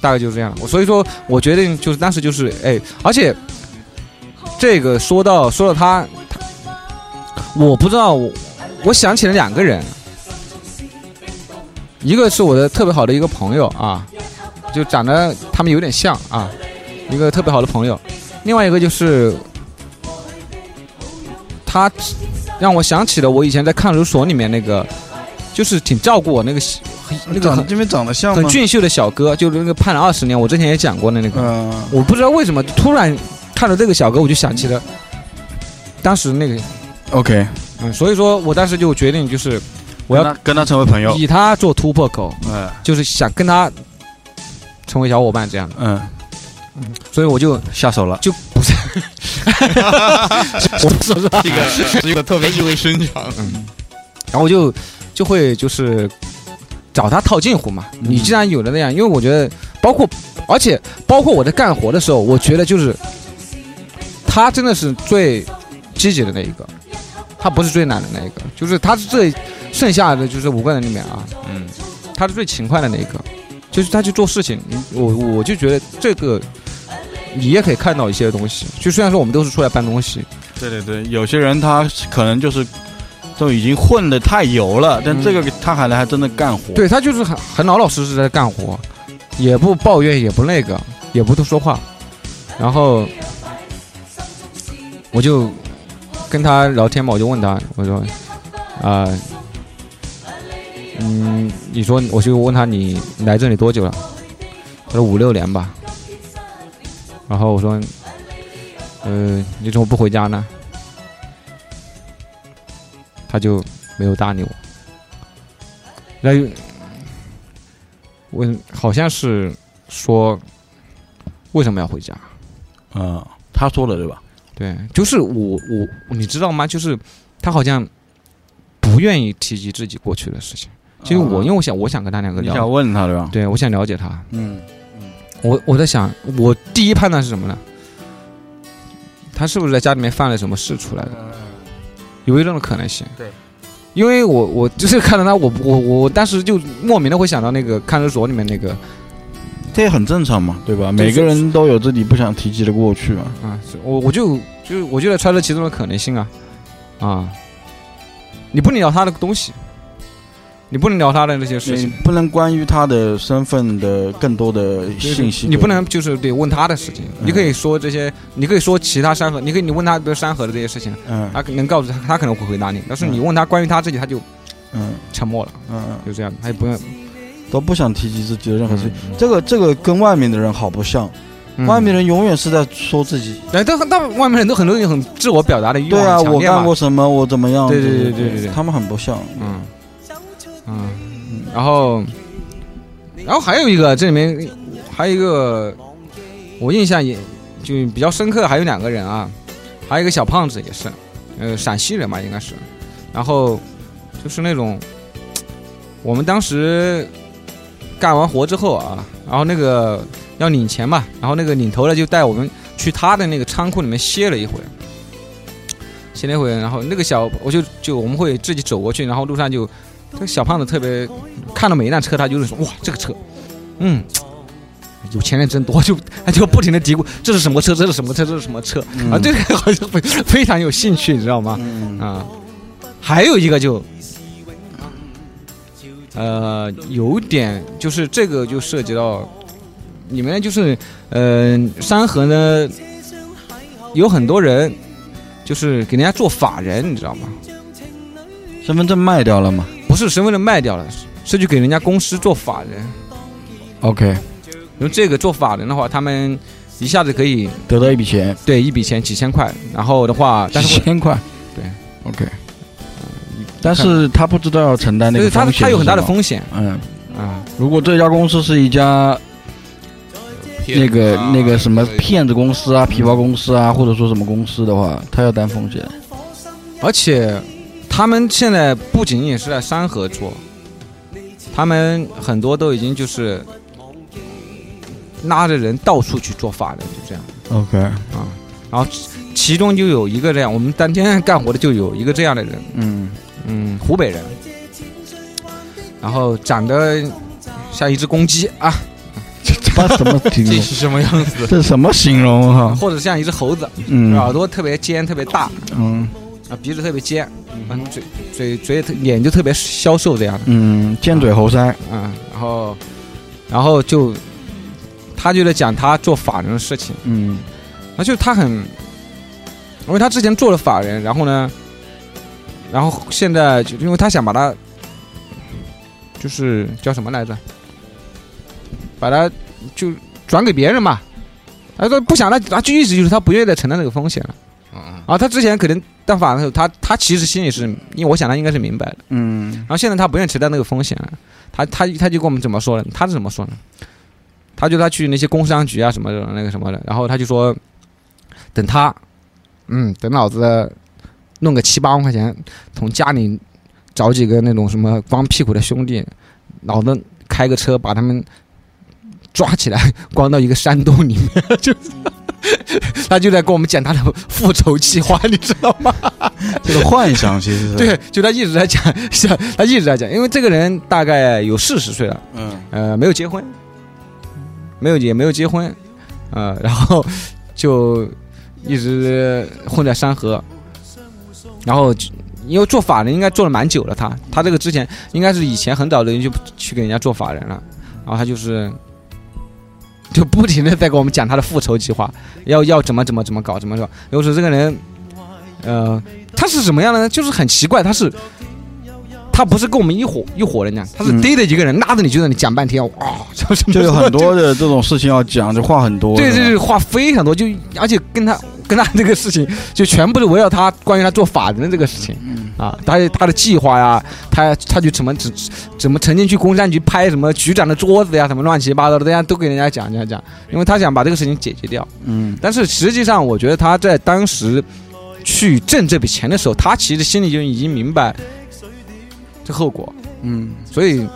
C: 大概就是这样。我所以说，我决定就是当时就是哎，而且这个说到说到他，他我不知道我我想起了两个人，一个是我的特别好的一个朋友啊，就长得他们有点像啊，一个特别好的朋友，另外一个就是他让我想起了我以前在看守所里面那个，就是挺照顾我那个小那个
B: 长得
C: 很
B: 这边长得像
C: 很
B: 吗？
C: 俊秀的小哥，就是那个判了二十年，我之前也讲过的那个。
B: 嗯，
C: 我不知道为什么突然看到这个小哥，我就想起了当时那个，
B: OK，
C: 嗯，所以说我当时就决定就是我要
B: 跟他跟他成为朋友。
C: 以他做突破口，
B: 嗯
C: 就是想跟他成为小伙伴这样的，
B: 嗯，
C: 所以我 就
B: 下手了。
C: 就不是，我不是说，
D: 这个是一个特别意味深长。
C: 然后我就就会就是找他套近乎嘛。你既然有了那样，因为我觉得，包括而且包括我在干活的时候，我觉得就是他真的是最积极的那一个，他不是最懒的那一个，就是他是最剩下的就是五个人里面啊，
D: 嗯，
C: 他是最勤快的那一个，就是他去做事情，嗯我我就觉得这个。你也可以看到一些东西，就虽然说我们都是出来搬东西，
B: 对对对，有些人他可能就是都已经混的太油了，但这个他还来还真的干活。
C: 对他就是很很老老实实在干活，也不抱怨，也不那个，也不多说话。然后我就跟他聊天嘛，我就问他，我说啊、嗯，你说我就问他你来这里多久了？他说五六年吧。然后我说，呃，你怎么不回家呢？他就没有搭理我。那问好像是说为什么要回家？
B: 嗯，他说的对吧？
C: 对，就是我我你知道吗？就是他好像不愿意提及自己过去的事情。其实我因为我想我想跟他两个
B: 啊你
C: 聊，
B: 想问他对吧？
C: 对我想了解他，
B: 嗯，
C: 我我在想，我第一判断是什么呢？他是不是在家里面犯了什么事出来的？
B: 嗯
C: 有没有这种可能性？
D: 对，
C: 因为我我就是看到他，我我我当时就莫名的会想到那个看守所里面那个，
B: 这也很正常嘛，对吧？
C: 对
B: 每个人都有自己不想提及的过去嘛。
C: 啊，是我我就就是我就在揣测其中的可能性啊，啊，你不能聊他的东西，你不能聊他的那些事
B: 你
C: 情，
B: 不能关于他的身份的更多的信息，嗯
C: 你不能就是得问他的事情，你可以说这些，你可以说其他山河，你可以你问他比如山河的这些事情，
B: 嗯
C: 他能告诉他，他可能会回答你。但是你
B: 嗯
C: 问他关于他自己，他就
B: 嗯
C: 沉默了，
B: 嗯嗯，
C: 就这样，他也不用。
B: 都不想提及自己的任何事情。这个这个跟外面的人好不像，嗯
C: 嗯
B: 外面，人永远是在说自己，
C: 哎，但但外面人都很多有很自我表达的欲望，
B: 对啊，
C: 很强
B: 我
C: 烈嘛
B: 干过，什么，我怎么样？
C: 对对
B: 这
C: 对
B: 些
C: 对对对对
B: 他们很不像。
C: 嗯嗯，然后，然后还有一个，这里面还有一个，我印象也就比较深刻，还有两个人啊，还有一个小胖子也是，呃，陕西人嘛，应该是，然后就是那种，我们当时干完活之后啊，然后那个要领钱嘛，然后那个领头的就带我们去他的那个仓库里面歇了一会儿，歇了一会儿，然后那个小我就就我们会自己走过去，然后路上就这个小胖子特别看到每一辆车，他就是说哇这个车，嗯。有钱人真多，就他就不停的嘀咕这是什么车，这是什么车，这是什么车、啊！对这个好像非非常有兴趣，你知道吗？
B: 嗯
C: 啊，还有一个就，呃，有点就是这个就涉及到你们就是呃，山河呢有很多人就是给人家做法人，你知道吗？
B: 身份证卖掉了嘛
C: 不是身份证卖掉了，是去给人家公司做法人。
B: ？OK，
C: 因为这个做法人的话，他们一下子可以
B: 得到一笔钱，
C: 对一笔钱几千块，然后的话，
B: 几
C: 但是会
B: 千块。
C: 对嗯
B: ，OK，但是他不知道要承担那
C: 对
B: 个
C: 他
B: 风险，
C: 他有很大的。风险
B: 嗯，
C: 啊，
B: 如果这家公司是一家那个
D: 啊
B: 那个什么骗子公司啊、皮包公司啊，或者说什么公司的话，他要担风险。
C: 而且他们现在不仅仅是在山河做，他们很多都已经就是拉着人到处去做法人，就这样。
B: OK，
C: 然后其中就有一个这样，我们当天干活的就有一个这样的人，
B: 嗯，
C: 嗯，湖北人，然后长得像一只公鸡啊，
B: 这什么形
D: 这
B: 容？
D: 是什么样子？
B: 这什么形容哈、
C: 或者像一只猴子，耳
B: 啊嗯
C: 朵特别尖特别大，
B: 嗯
C: 啊鼻子特别尖，嗯嘴嘴嘴也特脸就特别消瘦这样的，
B: 嗯，尖嘴猴腮。
C: 嗯，然后然后就他就在讲他做法人的事情，
B: 嗯
C: 啊，就是他很，因为他之前做了法人，然后呢，然后现在就因为他想把他，就是叫什么来着，把他就转给别人嘛，他说不想他，他就意思就是他不愿意再承担这个风险了。
D: 嗯，
C: 啊，他之前可能当法人的时候，他他其实心里是，因为我想他应该是明白的，
B: 嗯
C: 然后现在他不愿意承担那个风险了，他他他就跟我们怎么说呢？他是怎么说呢？他就他去那些工商局啊什么的那个什么的，然后他就说，等他，嗯，等老子弄个七八万块钱，从家里找几个那种什么光屁股的兄弟，老子开个车把他们抓起来，关到一个山洞里面， 就是。他就在跟我们讲他的复仇计划，你知道吗？
B: 这个幻想其实是
C: 对，就他一直在讲， 想他一直在讲，因为这个人大概有四十岁了，
B: 嗯
C: 呃，没有结婚，没有也没有结婚，呃， 然后就一直混在山河，然后就因为做法人应该做了蛮久了，他他这个之前应该是以前很早的人就去给人家做法人了，然后他就是。就不停的在给我们讲他的复仇计划，要要怎么怎么怎么搞，怎么搞。又是这个人，呃，他是什么样的呢？就是很奇怪，他是他不是跟我们一伙一伙人讲，他是逮着一个人拉着你就让你讲半天，哇、讲什么
B: 嗯就有很多的这种事情要讲，就话很多。
C: 对对
B: 是
C: 对，
B: 吧，
C: 话非常多，就而且跟他跟他这个事情，就全部是围绕他关于他做法人的这个事情啊，他他的计划呀，他他去怎么怎怎么曾经去公安局拍什么局长的桌子呀，什么乱七八糟的，大家都给人家讲讲讲，因为他想把这个事情解决掉。
B: 嗯，
C: 但是实际上，我觉得他在当时去挣这笔钱的时候，他其实心里就已经明白这后果，
B: 嗯
C: 所以嗯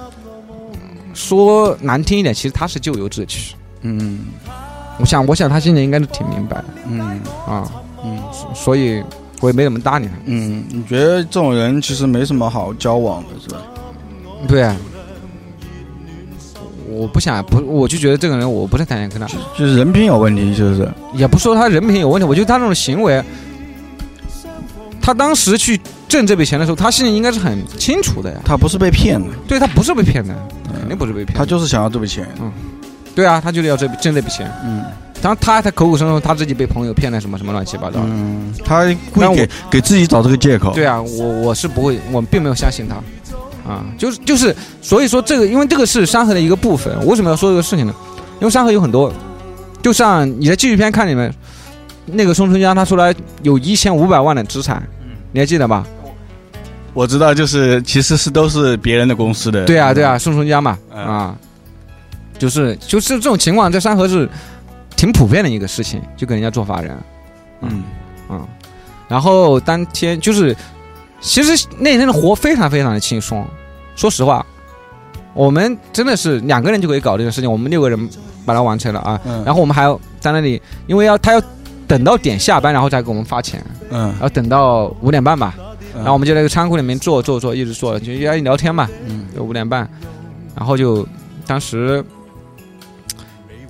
C: 说难听一点，其实他是咎由自取。
B: 嗯
C: 我想，我想他心里应该是挺明白的。
B: 嗯
C: 啊，
B: 嗯
C: 所所以我也没怎么搭理他。
B: 嗯，你觉得这种人其实没什么好交往的，是吧？
C: 对啊，我不想不，我就觉得这个人我不太想跟他，
B: 就是人品有问题，就是
C: 也不说他人品有问题，我觉得他那种行为，他当时去挣这笔钱的时候，他心里应该是很清楚的呀。
B: 他不是被骗的，
C: 对他不是被骗的，肯定不是被骗的。
B: 他就是想要这笔钱。
C: 对啊，他就是要这笔挣这笔钱。
B: 嗯
C: 当然他他口口声声他自己被朋友骗了什么什么乱七八糟的。
B: 嗯，他故
C: 但
B: 意
C: 我
B: 给给自己找这个借口。
C: 对啊，我我是不会，我并没有相信他，啊，就是就是，所以说这个，因为这个是山河的一个部分。我为什么要说这个事情呢？因为山河有很多，就像你在纪录片看里面，那个宋春江他出来有一千五百万的资产，你还记得吧？
B: 我知道，就是其实是都是别人的公司的。
C: 对啊，对啊，宋春江嘛，
B: 嗯
C: 啊，就是就是这种情况在山河是挺普遍的一个事情，就给人家做法人，
B: 嗯，
C: 嗯，然后当天就是，其实那天的活非常非常的轻松。说实话，我们真的是两个人就可以搞这个事情，我们六个人把它完成了啊。
B: 嗯
C: 然后我们还要在那里，因为要他要等到点下班，然后再给我们发钱，
B: 嗯
C: 然，后等到五点半吧。
B: 嗯
C: 然后我们就在那个仓库里面坐坐坐，一直坐，就一聊天嘛，
B: 嗯
C: 就五点半，然后就当时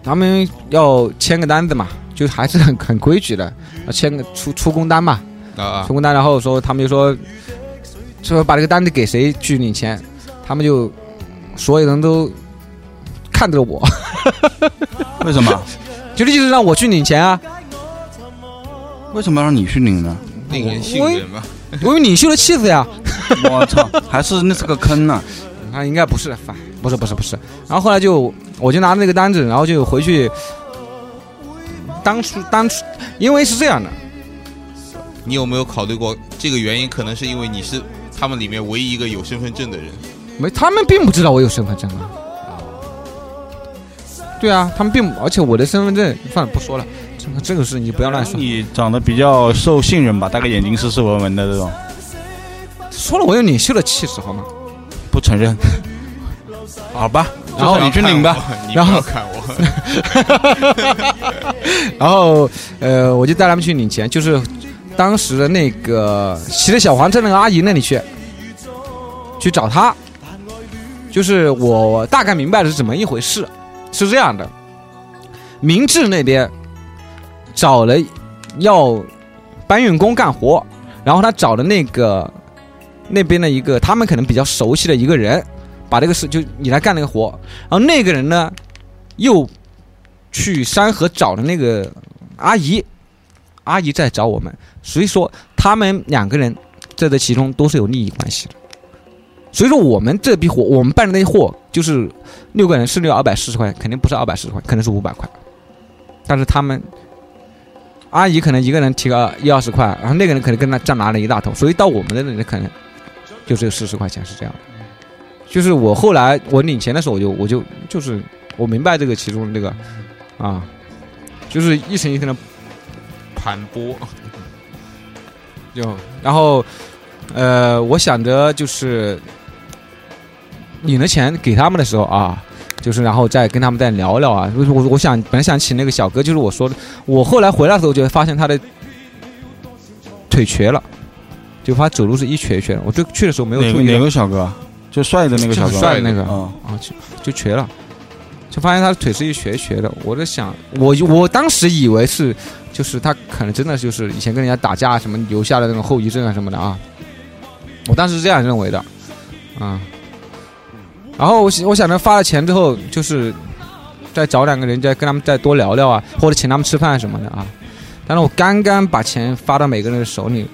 C: 他们要签个单子嘛，就还是很很规矩的，要签个出出工单嘛，
D: 啊啊
C: 出，工单，然后说他们就说说把这个单子给谁去领钱，他们就所有人都看着我，
B: 为什么？
C: 就就是让我去领钱啊，
B: 为什么让你去领呢？
D: 令人信任嘛。
C: 我有领袖的气质呀。
B: 我操，还是那是个坑呐、
C: 啊，应该不是，反不是不是不是。然后后来就我就拿着那个单子，然后就回去。当初当初，因为是这样的，
D: 你有没有考虑过这个原因？可能是因为你是他们里面唯一一个有身份证的人。
C: 没他们并不知道我有身份证啊。对啊，他们并不，而且我的身份证，算了不说了，这个这个事你不要乱说。
B: 你长得比较受信任吧，戴个眼镜斯斯文文的这种，
C: 说了我有领袖的气质好吗？
B: 不承 认。好吧，
C: 然后
B: 就是你去领吧。
D: 你不
C: 然后
D: 要看我，
C: 然后呃，我就带他们去领钱，就是当时的那个骑着小黄车那个阿姨那里去，去找她。就是我大概明白的是怎么一回事，是这样的，明治那边找了要搬运工干活，然后他找了那个那边的一个他们可能比较熟悉的一个人，把这个事就你来干那个活，然后那个人呢又去山河找的那个阿姨，阿姨在找我们，所以说他们两个人在这其中都是有利益关系的。所以说我们这批货，我们办的那些货就是六个人是六二百四十块，肯定不是二百四十块，可能是五百块。但是他们阿姨可能一个人提个一二十块，然后那个人可能跟他占拿了一大头，所以到我们的那里可能就只有四十块钱是这样的。就是我后来我领钱的时候，我就我就就是我明白这个其中的这个啊，就是一层一层的
D: 盘剥，
C: 就，然后，呃，我想着就是领了钱给他们的时候啊，就是然后再跟他们再聊聊啊。我我我想本来想请那个小哥，就是我说的，我后来回来的时候就发现他的腿瘸了，就发走路是一瘸一瘸的。我就去的时候没有
B: 哪
C: 注
B: 个
C: 意
B: 哪
C: 到
B: 个小哥？啊就帅的那个小哥。
C: 就很帅的那个
B: 嗯
C: 啊，就就瘸了，就发现他的腿是一瘸一瘸的。我在想，我我当时以为是，就是他可能真的就是以前跟人家打架什么留下的那种后遗症啊什么的啊。我当时是这样认为的，啊。然后我想我想着发了钱之后，就是再找两个人再跟他们再多聊聊啊，或者请他们吃饭什么的啊。但是我刚刚把钱发到每个人的手里，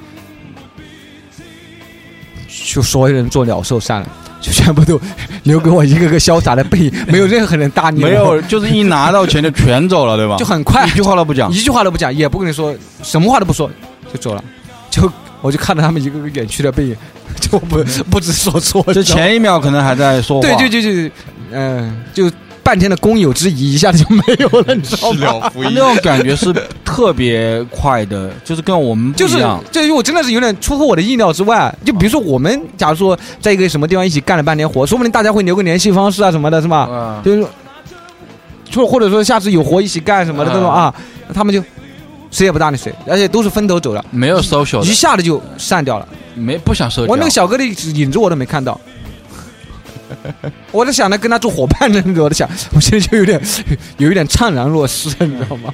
C: 就所有人做鸟兽散了，就全部都留给我一个个潇洒的背影，没有任何人搭理我，
B: 没有，就是一拿到钱就全走了，对吧？
C: 嗯就很 快
B: 一句话都不 讲
C: 一。句话都不讲，也不跟你说，什么话都不说，就走了。就我就看着他们一个个远去的背影， 就不不知所措。
B: 嗯就
C: 你知道吗
B: 前一啊秒可能还在说话，
C: 对 对对对，嗯、就半天的工友之谊一下子就没有了，你知道
D: 事
C: 吗？
D: 了无
B: 那
D: 遗。
B: 种感觉是特别快的，就是跟我们不
C: 就是
B: 一样。
C: 就是我真的是有点出乎我的意料之外。就比如说我们假如说在一个什么地方一起干了半年活，说不定大家会留个联系方式啊什么的，是吧？
B: 啊，
C: 就是就或者说下次有活一起干什么
B: 嗯
C: 的这种啊，他们就谁也不搭理谁，而且都是分头走了，
B: 没有 social，
C: 一
B: 的
C: 下子就散掉了。
B: 没不想 social。
C: 我那个小哥的影子我都没看到。 我在想着跟他做伙伴的那种，我在想， 我现在就有点有一点怅然若失， 你知道吗？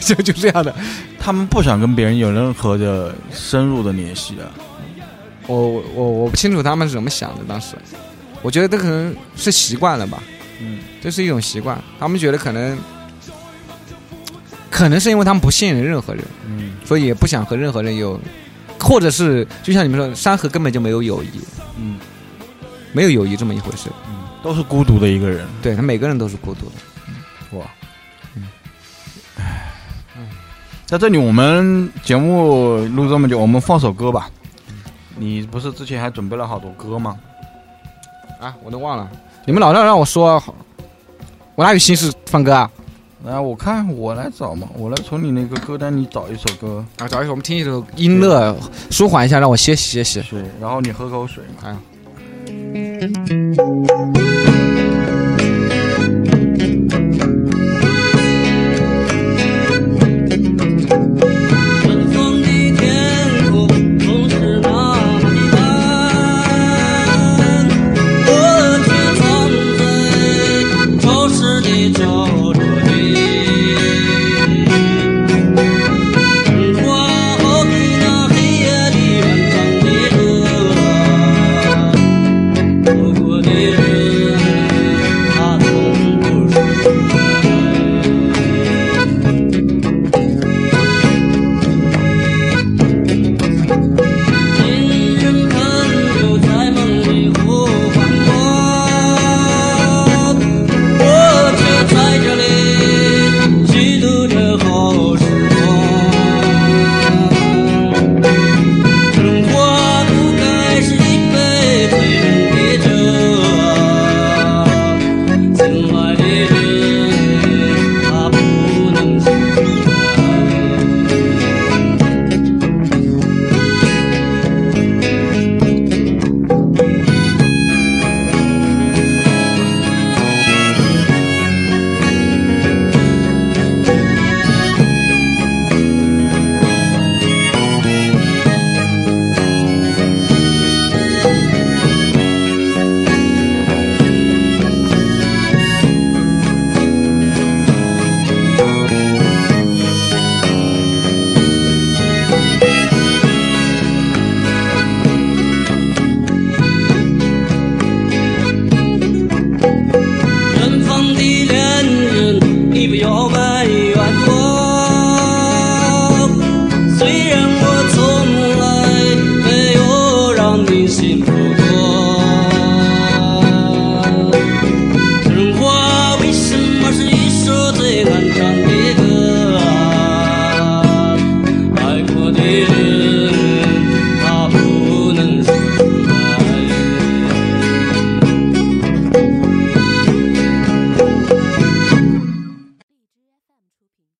C: 就就这样的，
B: 他们不想跟别人有任何的深入的联系的。啊
C: 我我我我不清楚他们是怎么想的，当时，我觉得这可能是习惯了吧，
B: 嗯，
C: 这是一种习惯，他们觉得可能，可能是因为他们不信任任何人，
B: 嗯
C: 所以也不想和任何人有，或者是就像你们说，山河根本就没有友谊，
B: 嗯，
C: 没有友谊这么一回事。
B: 都是孤独的一个人。
C: 对他每个人都是孤独的。嗯
B: 哇，在这里我们节目录这么久，我们放首歌吧。你不是之前还准备了好多歌吗？
C: 啊，我都忘了，你们老让让我说，我哪有心思放歌啊？
B: 来，我看我来找嘛，我来从你那个歌单里找一首歌，
C: 啊，找一首我们听一首音乐，舒缓一下，让我歇息歇息。
B: 对，然后你喝口水嘛。
C: 哎呀